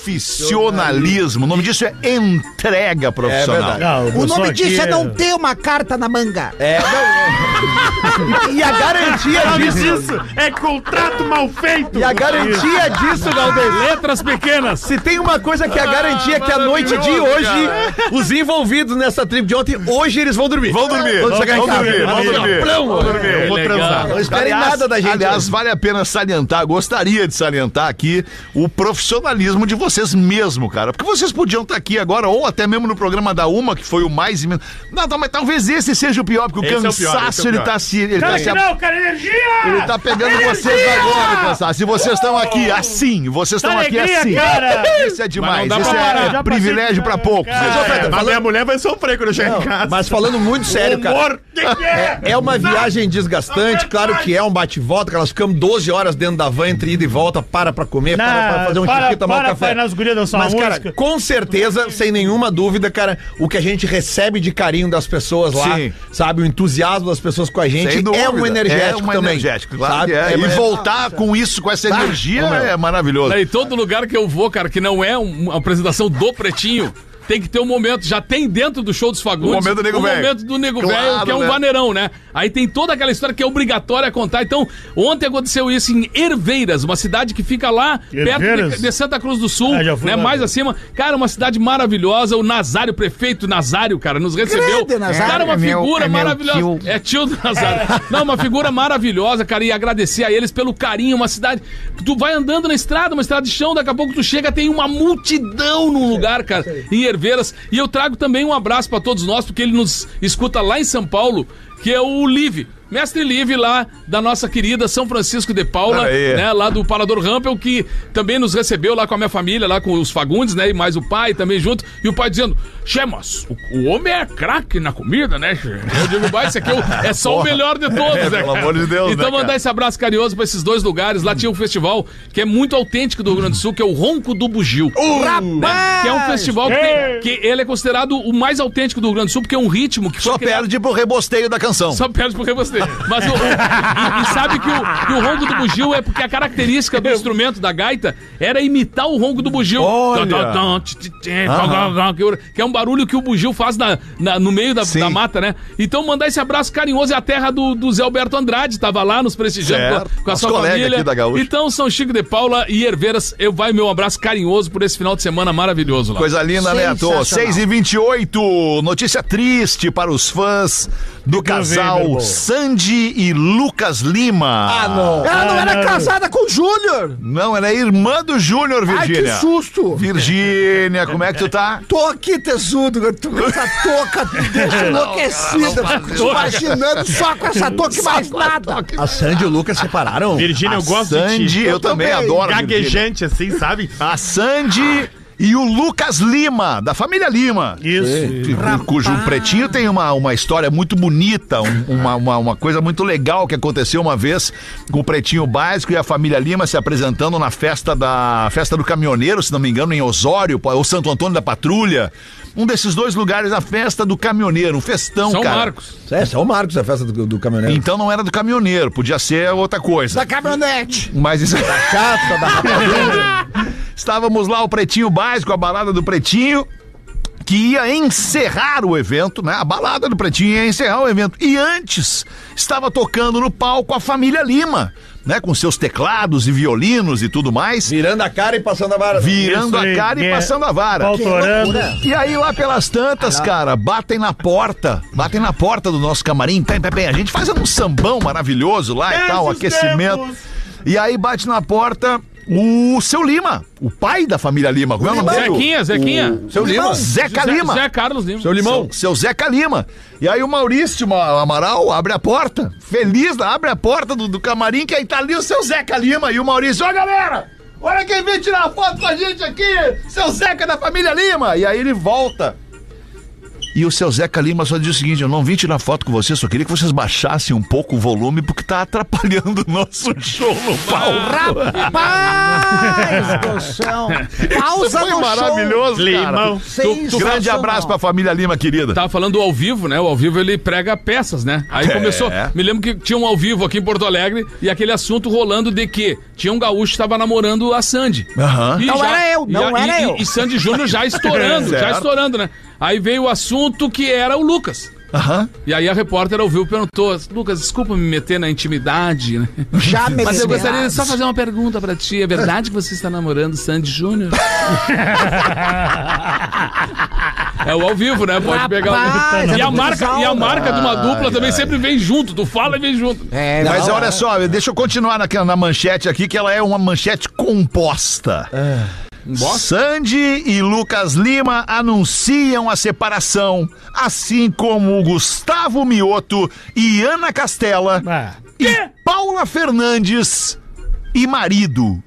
Speaker 1: profissionalismo. O nome disso é entrega profissional.
Speaker 4: verdade.
Speaker 7: O nome disso é não ter uma carta na manga.
Speaker 4: É, não, é. E a garantia disso.
Speaker 5: É contrato mal feito.
Speaker 4: E a garantia disso, Galdês.
Speaker 5: Letras pequenas.
Speaker 4: Se tem uma coisa que a garantia é
Speaker 1: Ah,
Speaker 4: que a noite de hoje, os envolvidos nessa trip de ontem, hoje eles vão dormir.
Speaker 1: Vão dormir.
Speaker 4: Vão chegar em
Speaker 1: Vão
Speaker 4: casa.
Speaker 1: dormir, vão
Speaker 4: Vão
Speaker 1: dormir.
Speaker 4: plão.
Speaker 3: Eu
Speaker 8: É
Speaker 3: vou transar.
Speaker 4: Não esperem nada da gente.
Speaker 1: Aliás, vale a pena salientar, gostaria de salientar aqui o profissionalismo de vocês mesmo, cara. Porque vocês podiam estar aqui agora, ou até mesmo no programa da Uma, que foi o mais. imen- Não, tá, mas talvez esse seja o pior, porque o
Speaker 3: Esse é o pior,
Speaker 1: cansaço
Speaker 3: esse é o
Speaker 1: ele
Speaker 3: pior.
Speaker 1: tá se. Ele tá
Speaker 5: Cara,
Speaker 1: se
Speaker 5: que não, cara, energia!
Speaker 1: Ele tá pegando vocês agora, cansaço. E vocês estão aqui assim, vocês estão aqui
Speaker 5: alegria,
Speaker 1: assim.
Speaker 5: cara.
Speaker 1: Isso é demais.
Speaker 3: Mas não dá
Speaker 1: Isso
Speaker 3: pra parar,
Speaker 1: é
Speaker 5: já
Speaker 1: privilégio pra
Speaker 5: passei-
Speaker 1: poucos.
Speaker 5: Cara.
Speaker 1: Isso é-
Speaker 3: Mas minha mulher vai sofrer quando eu chegar em casa.
Speaker 4: Mas falando muito sério, cara.
Speaker 3: Humor, que que é?
Speaker 4: É uma viagem desgastante, claro que é um bate-volta, que elas ficamos 12 horas dentro da van, entre ida e volta, para pra comer, para pra fazer um
Speaker 5: para,
Speaker 4: xixi, tomar um
Speaker 5: para,
Speaker 4: café.
Speaker 5: para, nas gurias dançar
Speaker 4: Mas,
Speaker 5: uma
Speaker 4: cara,
Speaker 5: música.
Speaker 4: com certeza, sem nenhuma dúvida, cara, o que a gente recebe de carinho das pessoas lá,
Speaker 1: Sim.
Speaker 4: sabe? O entusiasmo das pessoas com a gente
Speaker 1: Sem
Speaker 4: é
Speaker 1: dúvida.
Speaker 4: um energético
Speaker 1: é um
Speaker 4: também.
Speaker 1: energético, claro
Speaker 4: sabe?
Speaker 1: que é. E
Speaker 4: É, mas-
Speaker 1: voltar com isso, com essa energia, é maravilhoso.
Speaker 8: Cara, em todo lugar que eu vou, cara, que não é um- uma apresentação do Pretinho, tem que ter um momento. Já tem dentro do show dos Fagundes.
Speaker 1: O momento do Nego
Speaker 8: o
Speaker 1: Velho.
Speaker 8: momento do Nego
Speaker 1: Claro,
Speaker 8: Velho, que é um
Speaker 1: né?
Speaker 8: vaneirão, né? Aí tem toda aquela história que é obrigatória contar. Então, ontem aconteceu isso em Herveiras, uma cidade que fica lá perto de-
Speaker 5: Herveiras?
Speaker 8: de, Santa Cruz do Sul,
Speaker 5: Ah, já fui
Speaker 8: né?
Speaker 5: lá.
Speaker 8: Mais acima. Cara, uma cidade maravilhosa. O Nazário, prefeito Nazário, cara, nos recebeu.
Speaker 7: Grande Nazário.
Speaker 8: cara, uma
Speaker 7: É meu-
Speaker 8: figura
Speaker 7: é meu
Speaker 8: maravilhosa.
Speaker 7: tio.
Speaker 8: É tio do Nazário. Não, uma figura maravilhosa, cara, e agradecer a eles pelo carinho, uma cidade. Tu vai andando na estrada, uma estrada de chão, daqui a pouco tu chega, tem uma multidão num lugar, cara, em Herveiras. E eu trago também um abraço pra todos nós, porque ele nos escuta lá em São Paulo, que é o Live. Mestre Live lá da nossa querida São Francisco de Paula,
Speaker 1: Aí.
Speaker 8: né, lá do Parador Rampel, que também nos recebeu lá com a minha família, lá com os Fagundes, né, e mais o pai também junto. E o pai dizendo, Chemas, o, o homem é craque na comida, né, che?" Eu digo, vai, isso aqui é o- é só o melhor de todos,
Speaker 1: É,
Speaker 8: né,
Speaker 1: pelo
Speaker 8: cara?
Speaker 1: amor de Deus,
Speaker 8: Então
Speaker 1: né,
Speaker 8: mandar
Speaker 1: cara?
Speaker 8: esse abraço carinhoso pra esses dois lugares. Lá tinha um festival que é muito autêntico do Rio Grande do Sul, que é o Ronco do Bugio.
Speaker 1: Uh,
Speaker 8: Né? Que é um festival que, tem- que ele é considerado o mais autêntico do Rio Grande do Sul, porque é um ritmo que
Speaker 1: Só
Speaker 8: foi criado-
Speaker 1: perde pro rebosteio da canção.
Speaker 8: só perde porque você. Mas o, o- e, e sabe que o, que o ronco do bugio é porque a característica do instrumento da gaita era imitar o ronco do bugio. Que é um barulho que o bugio faz na, na- no meio da, da mata, né? Então mandar esse abraço carinhoso é a terra do, do Zé Alberto Andrade, tava lá nos prestigiando com a-
Speaker 1: Certo.
Speaker 8: com, a
Speaker 1: Nosso
Speaker 8: sua
Speaker 1: colega
Speaker 8: família.
Speaker 1: aqui da Gaúcha.
Speaker 8: Então São Chico de Paula e Herveiras, eu vai meu abraço carinhoso por esse final de semana maravilhoso lá.
Speaker 1: Coisa linda, Neto. 6 e 28 Notícia triste para os fãs do casal
Speaker 5: Weber,
Speaker 1: Sandy e Lucas Lima.
Speaker 4: Ah, não.
Speaker 7: Ela não era casada com o Júnior.
Speaker 1: Não, ela é irmã do Júnior,
Speaker 7: Ai, que
Speaker 1: Virgínia.
Speaker 7: susto.
Speaker 1: Virgínia, como é que tu tá?
Speaker 7: Tô aqui, tesudo, cara. Tô com essa touca me deixa enlouquecida. Fico te imaginando só com essa touca e mais nada.
Speaker 4: A Sandy e o Lucas separaram?
Speaker 3: Virgínia, eu gosto de
Speaker 1: Sandy,
Speaker 3: ti.
Speaker 1: eu, também
Speaker 7: também.
Speaker 1: adoro. a Virgínia.
Speaker 3: Gaguejante, assim, sabe?
Speaker 1: A Sandy e o Lucas Lima, da família Lima.
Speaker 5: Isso.
Speaker 1: cu- cujo pretinho tem uma, uma história muito bonita, um- uma, uma, uma coisa muito legal que aconteceu uma vez com o pretinho básico e a família Lima se apresentando na festa da festa do caminhoneiro, se não me engano, em Osório, ou Santo Antônio da Patrulha. Um desses dois lugares, a festa do caminhoneiro, um festão,
Speaker 8: São
Speaker 1: cara.
Speaker 8: Marcos.
Speaker 4: É, só o Marcos, a festa do, do caminhoneiro.
Speaker 1: Então não era do caminhoneiro, podia ser outra coisa.
Speaker 7: Da caminhonete.
Speaker 1: Mas isso.
Speaker 4: Chata da
Speaker 1: Estávamos lá, o Pretinho Básico, a balada do Pretinho, que ia encerrar o evento, né? A balada do Pretinho ia encerrar o evento. E antes, estava tocando no palco a família Lima, né? Com seus teclados e violinos e tudo mais,
Speaker 4: Virando a cara e passando a vara.
Speaker 1: virando
Speaker 5: Isso aí,
Speaker 1: a cara e
Speaker 5: é.
Speaker 1: passando a vara.
Speaker 5: Pautorando.
Speaker 1: E aí lá pelas tantas, cara, batem na porta, batem na porta do nosso camarim, pem, pem, pem. a gente faz um sambão maravilhoso lá e tal,
Speaker 5: Esses
Speaker 1: aquecimento.
Speaker 5: tempos.
Speaker 1: E aí bate na porta O seu Lima, o pai da família Lima. Como é o nome dele?
Speaker 8: Zequinha, Zequinha.
Speaker 1: Seu Lima. Zeca Lima.
Speaker 8: Zé Carlos Lima.
Speaker 1: Seu Limão. Seu, Zeca Lima. E aí o Maurício Ma- Amaral abre a porta, feliz, abre a porta do, do camarim, que aí tá ali o seu Zeca Lima. E o Maurício, ó galera, olha quem veio tirar foto com a gente aqui, seu Zeca da família Lima. E aí ele volta. E o seu Zeca Lima só diz o seguinte: eu não vim tirar foto com vocês, só queria que vocês baixassem um pouco o volume, porque tá atrapalhando o nosso show no palco.
Speaker 6: Rapaz, Gonçalo. Pausa no
Speaker 1: Foi
Speaker 6: show.
Speaker 1: maravilhoso, cara.
Speaker 6: Sensacional.
Speaker 1: Grande abraço pra família Lima, querida.
Speaker 8: Tava tá falando do ao vivo, né? O ao vivo ele prega peças, né?
Speaker 1: É.
Speaker 8: Aí começou. Me lembro que tinha um ao vivo aqui em Porto Alegre e aquele assunto rolando de que tinha um gaúcho que estava namorando a Sandy.
Speaker 1: Aham.
Speaker 8: E
Speaker 6: Não
Speaker 8: já-
Speaker 6: era eu,
Speaker 8: e
Speaker 6: não
Speaker 8: a-
Speaker 6: era
Speaker 8: e,
Speaker 6: eu.
Speaker 8: E, e Sandy Júnior já estourando, já
Speaker 1: Certo.
Speaker 8: estourando, né? Aí veio o assunto que era o Lucas.
Speaker 1: Aham.
Speaker 8: E aí a repórter ao vivo perguntou: Lucas, desculpa me meter na intimidade, né?
Speaker 6: Já me
Speaker 8: Mas eu gostaria de só fazer uma pergunta pra ti. É verdade que você está namorando Sandy Júnior? É o ao vivo, né? Pode pegar o... E a marca, e a marca de uma dupla também sempre vem junto. Tu fala e vem junto.
Speaker 6: É,
Speaker 1: Mas
Speaker 6: não,
Speaker 1: olha só, deixa eu continuar na, na manchete aqui, que ela é uma manchete composta. Sandy e Lucas Lima anunciam a separação, assim como Gustavo Mioto e Ana Castela
Speaker 5: Ah,
Speaker 1: e Paula Fernandes e marido,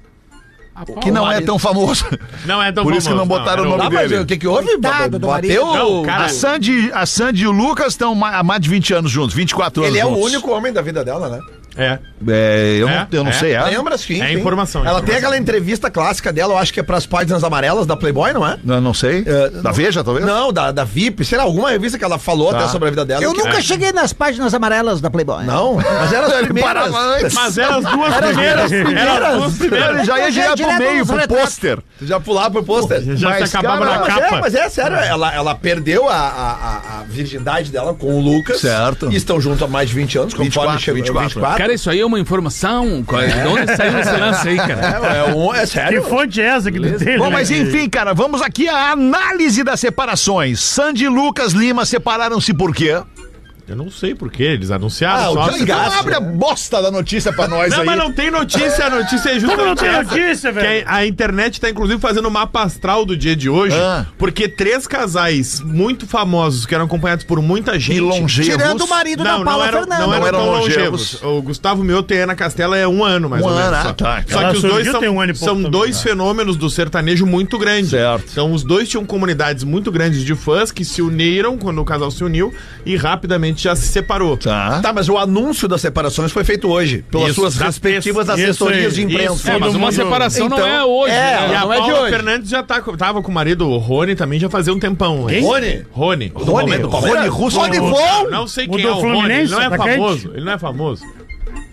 Speaker 1: que não é tão famoso.
Speaker 3: Não é tão
Speaker 1: Por isso que não
Speaker 3: famoso,
Speaker 1: botaram o
Speaker 3: era
Speaker 1: nome
Speaker 4: Ah, mas
Speaker 1: dele.
Speaker 4: o que que houve?
Speaker 6: Coitado do
Speaker 4: Bateu?
Speaker 3: Não, cara,
Speaker 1: A Sandy, a Sandy e o Lucas estão ma- há mais de 20 anos juntos, 24 anos
Speaker 4: Ele é o
Speaker 1: juntos.
Speaker 4: único homem da vida dela, né?
Speaker 3: É.
Speaker 1: É, eu,
Speaker 3: É,
Speaker 1: não, eu não
Speaker 3: é.
Speaker 1: sei, é?
Speaker 4: Lembra, sim.
Speaker 3: É
Speaker 4: sim.
Speaker 3: informação,
Speaker 4: Ela tem
Speaker 3: informação.
Speaker 4: aquela entrevista clássica dela, eu acho que é pras páginas amarelas da Playboy, não é?
Speaker 1: Não, não sei.
Speaker 4: É,
Speaker 1: da Veja, talvez?
Speaker 4: Não, da, da VIP, sei lá, alguma revista que ela falou
Speaker 3: Tá.
Speaker 4: até sobre a vida dela.
Speaker 6: Eu
Speaker 4: que-
Speaker 6: nunca cheguei nas páginas amarelas da Playboy.
Speaker 4: Não, mas era as primeiras.
Speaker 1: Parava antes.
Speaker 3: Mas eram as duas primeiras. Eram as duas primeiras.
Speaker 1: Ele já ia
Speaker 6: Eu
Speaker 1: direto
Speaker 6: ia
Speaker 1: pro
Speaker 6: é direto
Speaker 1: meio,
Speaker 6: nos
Speaker 1: pro
Speaker 6: retratos.
Speaker 1: pôster.
Speaker 4: Tu Já pulava pro pôster.
Speaker 3: Já se
Speaker 1: Mas,
Speaker 3: acabava
Speaker 1: cara,
Speaker 3: na
Speaker 4: Mas
Speaker 3: capa.
Speaker 4: é, mas é sério, ela, ela perdeu a, a- a- a virgindade dela com o Lucas.
Speaker 1: Certo.
Speaker 4: E estão juntos há mais de 20 anos, conforme
Speaker 1: 24,
Speaker 4: chegou
Speaker 1: 24.
Speaker 8: Cara, isso aí é uma informação. Co- De onde saiu esse lance aí, cara?
Speaker 4: É, é, um, é
Speaker 5: que
Speaker 4: sério.
Speaker 5: fonte é essa que tu tem?
Speaker 1: Bom,
Speaker 5: né?
Speaker 1: mas enfim, cara, vamos aqui à análise das separações. Sandy e Lucas Lima separaram-se por quê?
Speaker 3: Eu não sei por que eles anunciaram
Speaker 4: Ah, o
Speaker 3: só.
Speaker 4: Johnny Gassi.
Speaker 1: Então abre a bosta da notícia pra nós
Speaker 3: Não,
Speaker 1: aí.
Speaker 3: mas não tem notícia, a notícia é
Speaker 5: Como não
Speaker 3: justamente
Speaker 5: tem
Speaker 3: essa.
Speaker 5: notícia,
Speaker 3: Que
Speaker 5: velho?
Speaker 3: a a internet tá inclusive fazendo um mapa astral do dia de hoje,
Speaker 1: Ah.
Speaker 3: porque três casais muito famosos que eram acompanhados por muita gente.
Speaker 1: E longevos.
Speaker 7: É
Speaker 6: Tirando o marido
Speaker 3: Não,
Speaker 6: da
Speaker 3: não
Speaker 6: Paula
Speaker 3: eram,
Speaker 6: Fernandes.
Speaker 3: não eram
Speaker 1: eram
Speaker 3: tão
Speaker 1: longevos.
Speaker 3: longevos. O Gustavo Mioto e a Ana Castela é um ano, mais
Speaker 1: Um
Speaker 3: ou menos.
Speaker 1: ano,
Speaker 3: só
Speaker 1: ah, tá.
Speaker 3: só
Speaker 5: Ela
Speaker 3: que os dois
Speaker 5: surgiu
Speaker 3: são,
Speaker 5: tem um ano e pouco
Speaker 3: são
Speaker 5: também,
Speaker 3: dois fenômenos do sertanejo muito grandes.
Speaker 1: Certo.
Speaker 3: Então os dois tinham comunidades muito grandes de fãs que se uniram quando o casal se uniu e rapidamente já se separou.
Speaker 1: Tá.
Speaker 4: Tá, mas o anúncio das separações foi feito hoje, pelas
Speaker 3: Isso,
Speaker 4: suas
Speaker 3: da-
Speaker 4: respectivas
Speaker 5: isso
Speaker 4: assessorias de
Speaker 5: aí,
Speaker 4: imprensa.
Speaker 8: É, mas uma separação não é hoje.
Speaker 4: é,
Speaker 3: E
Speaker 8: né?
Speaker 3: a
Speaker 4: Não é de
Speaker 3: Paula
Speaker 4: hoje.
Speaker 3: Fernandes já tá, co- tava com o marido, o Rony, também já fazia um tempão. né?
Speaker 4: Rony?
Speaker 3: Rony.
Speaker 4: Rony,
Speaker 3: Do Palmeiras?
Speaker 4: Rony Russo.
Speaker 6: Rony
Speaker 3: Não,
Speaker 6: Von,
Speaker 3: não sei
Speaker 5: O
Speaker 3: quem
Speaker 5: do
Speaker 3: é o Rony. Ele
Speaker 5: Fluminense,
Speaker 3: não é
Speaker 5: atacante?
Speaker 3: famoso. Ele não é famoso.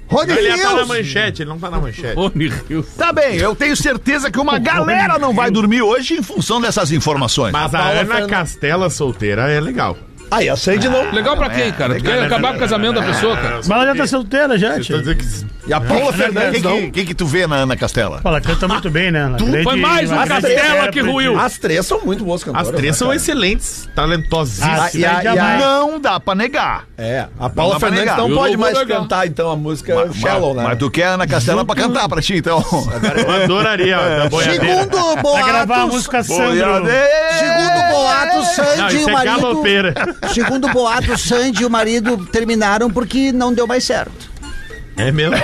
Speaker 6: Rony
Speaker 3: Ele ia tá na
Speaker 6: Rios.
Speaker 3: manchete, ele não tá na manchete.
Speaker 8: Rony Rios.
Speaker 1: Tá bem, eu tenho certeza que uma galera não vai dormir hoje em função dessas informações.
Speaker 3: Mas a,
Speaker 4: Paula
Speaker 3: Ana
Speaker 4: Fernandes.
Speaker 3: Castela solteira é legal.
Speaker 4: Aí, acende não.
Speaker 8: É, Legal né? É. pra quem, cara? Tu quer acabar com o casamento da pessoa, cara?
Speaker 5: Mas ela já tá solteira, já,
Speaker 3: Tô
Speaker 5: tio.
Speaker 3: dizendo que
Speaker 4: E a Paula
Speaker 1: O que,
Speaker 4: Fernandes não.
Speaker 1: que, que que tu vê na Ana Castela?
Speaker 5: Pô, Ela canta muito bem, né? Ela grande- é
Speaker 8: Foi mais um
Speaker 5: ela grande
Speaker 4: né,
Speaker 8: Castela que
Speaker 5: intérprete.
Speaker 8: ruiu.
Speaker 4: É, As três são muito boas cantoras.
Speaker 3: As três
Speaker 4: né,
Speaker 3: são
Speaker 4: cara?
Speaker 3: excelentes,
Speaker 5: Ah,
Speaker 3: talentosíssimas.
Speaker 5: e a-
Speaker 4: E a- e a-
Speaker 1: Não dá pra negar.
Speaker 4: É, a
Speaker 1: Não dá
Speaker 4: Paula
Speaker 1: pra
Speaker 4: Fernandes
Speaker 1: negar.
Speaker 4: não
Speaker 8: Eu
Speaker 4: pode
Speaker 8: não vou
Speaker 4: mais
Speaker 8: negar.
Speaker 4: cantar, então, a música
Speaker 1: É
Speaker 4: Shallow, né?
Speaker 1: mas, mas tu quer a Ana Castela pra cantar pra ti, então.
Speaker 3: Eu adoraria, ó, da boiadeira.
Speaker 6: Segundo
Speaker 5: Vai gravar a
Speaker 6: boatos,
Speaker 5: música Sandro.
Speaker 1: Segundo
Speaker 6: segundo boatos,
Speaker 3: Não,
Speaker 7: um
Speaker 6: Sandy e
Speaker 3: isso
Speaker 6: o
Speaker 3: é
Speaker 6: marido...
Speaker 3: galopeira.
Speaker 6: Segundo boatos, Sandy e o marido terminaram porque não deu mais certo.
Speaker 3: É mesmo? É.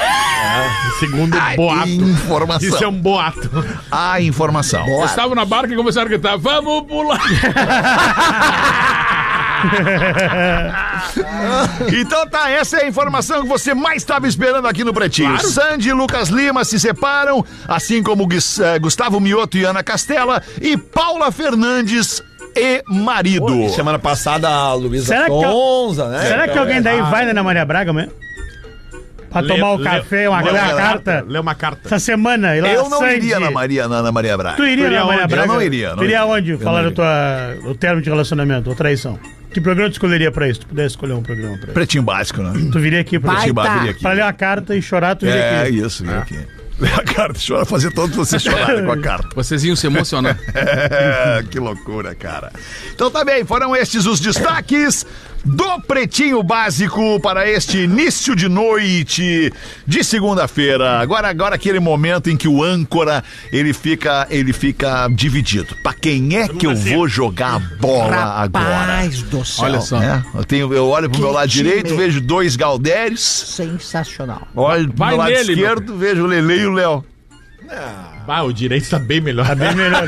Speaker 3: Segundo boato.
Speaker 1: Informação.
Speaker 3: Isso é um boato.
Speaker 1: A informação.
Speaker 8: Eu estava na barca e começaram a gritar: Vamos pular!
Speaker 1: Então tá, essa é a informação que você mais estava esperando aqui no Pretinho. Sandy e Lucas Lima se separam, assim como Guis- eh, Gustavo Mioto e Ana Castela e Paula Fernandes e marido.
Speaker 4: E
Speaker 5: é
Speaker 4: Semana passada a Luísa
Speaker 5: Será que eu-
Speaker 4: Sonza,
Speaker 1: É,
Speaker 4: né?
Speaker 5: Será
Speaker 1: então
Speaker 5: que alguém daí vai na Ana Maria Braga amanhã? Pra tomar o
Speaker 3: Lê-
Speaker 5: café,
Speaker 3: lê-
Speaker 5: uma,
Speaker 3: lê
Speaker 5: uma
Speaker 3: uma
Speaker 5: carta.
Speaker 3: Lê uma carta.
Speaker 5: Essa semana, e lá
Speaker 1: Eu não
Speaker 5: Sandy.
Speaker 1: iria na Maria, na Ana Maria
Speaker 5: Tu
Speaker 1: Braga.
Speaker 5: iria
Speaker 3: iria
Speaker 5: na Maria
Speaker 1: onde?
Speaker 5: Braga?
Speaker 1: Eu não iria, não
Speaker 5: Tu iria
Speaker 1: iria.
Speaker 5: onde? Falar do tua, o termo de relacionamento, ou traição. Que programa tu escolheria pra isso? Tu pudesse escolher um programa pra isso.
Speaker 1: Pretinho básico, né?
Speaker 5: Tu viria aqui pra
Speaker 1: Pretinho
Speaker 5: isso.
Speaker 1: básico. viria aqui.
Speaker 5: Pra ler uma carta e chorar, tu viria
Speaker 1: É
Speaker 5: aqui.
Speaker 1: isso, viria aqui. A carta chora, fazer todos vocês chorarem com a carta.
Speaker 8: Vocês iam se emocionar.
Speaker 1: É, que loucura, cara. Então tá bem, foram estes os destaques. do Pretinho Básico para este início de noite de segunda-feira. Agora, agora aquele momento em que o âncora ele fica, ele fica dividido. Para quem é que eu vou jogar a bola agora?
Speaker 7: Rapaz do céu.
Speaker 8: Olha só.
Speaker 1: Né? Eu, tenho, eu olho pro meu lado
Speaker 7: time.
Speaker 1: direito, vejo dois Galderes.
Speaker 7: Sensacional.
Speaker 1: Olho pro
Speaker 8: Vai
Speaker 1: meu lado
Speaker 8: nele,
Speaker 1: esquerdo, vejo o Lele e o Léo.
Speaker 3: Ah, o direito tá bem melhor. Tá bem melhor.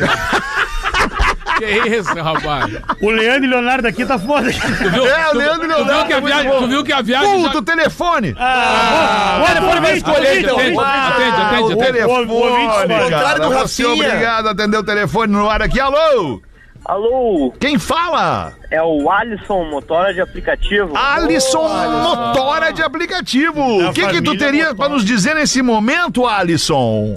Speaker 8: Que isso, rapaz?
Speaker 5: O Leandro e Leonardo aqui tá foda.
Speaker 8: Tu viu,
Speaker 1: É,
Speaker 8: tu,
Speaker 1: Leandro e
Speaker 8: tu viu
Speaker 1: Leonardo,
Speaker 8: que a
Speaker 1: muito
Speaker 8: viagem,
Speaker 1: bom.
Speaker 8: tu viu que a viagem
Speaker 1: Puto
Speaker 8: já- tá
Speaker 1: telefone!
Speaker 5: Olha, foi vai escolher,
Speaker 1: então.
Speaker 8: Atende, atende, atende,
Speaker 1: Ah,
Speaker 8: atende,
Speaker 1: o
Speaker 8: atende.
Speaker 1: telefone,
Speaker 5: O ouvinte,
Speaker 1: cara.
Speaker 4: contrário do
Speaker 1: Você é
Speaker 4: Rafinha.
Speaker 1: obrigado a atender o telefone no ar aqui. Alô?
Speaker 10: Alô,
Speaker 1: Quem fala?
Speaker 10: é o Alisson, motora de aplicativo.
Speaker 1: Alisson Motora de Aplicativo. O que, que tu
Speaker 5: família
Speaker 1: teria pra nos dizer nesse momento, Alisson?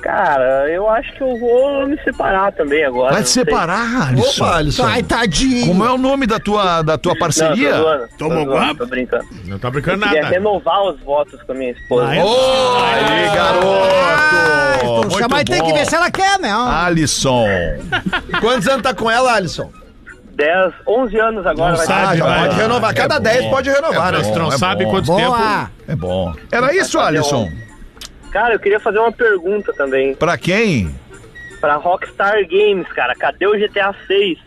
Speaker 10: Cara, eu acho que eu vou me separar também agora.
Speaker 1: Vai
Speaker 10: não
Speaker 1: te
Speaker 10: sei.
Speaker 1: separar, Alisson.
Speaker 4: Opa, Alisson.
Speaker 7: Ai, tadinho.
Speaker 1: Como é o nome da tua, da tua
Speaker 10: Não, tô
Speaker 1: parceria?
Speaker 10: zoando, tô, zoando, tô brincando.
Speaker 3: Não tá brincando
Speaker 10: Queria
Speaker 3: nada.
Speaker 10: renovar os votos com a minha esposa.
Speaker 1: Aí, garoto!
Speaker 7: Poxa, Então, mas
Speaker 1: Muito
Speaker 7: tem que
Speaker 1: bom.
Speaker 7: ver se ela quer, né?
Speaker 1: Alisson.
Speaker 4: Quantos anos tá com ela, Alisson? Ah,
Speaker 10: 10, 11 anos agora. vai
Speaker 5: sabe,
Speaker 10: ter.
Speaker 4: Já
Speaker 5: vai.
Speaker 4: pode renovar. Cada 10 pode renovar, né?
Speaker 3: Mas tu não
Speaker 1: é
Speaker 3: sabe
Speaker 1: bom.
Speaker 3: quanto tempo.
Speaker 7: Boa.
Speaker 1: É bom. Era isso,
Speaker 10: fazer
Speaker 1: Alisson.
Speaker 10: Cara, eu queria fazer uma pergunta também.
Speaker 1: Pra quem?
Speaker 10: Pra Rockstar Games, cara, cadê o GTA 6?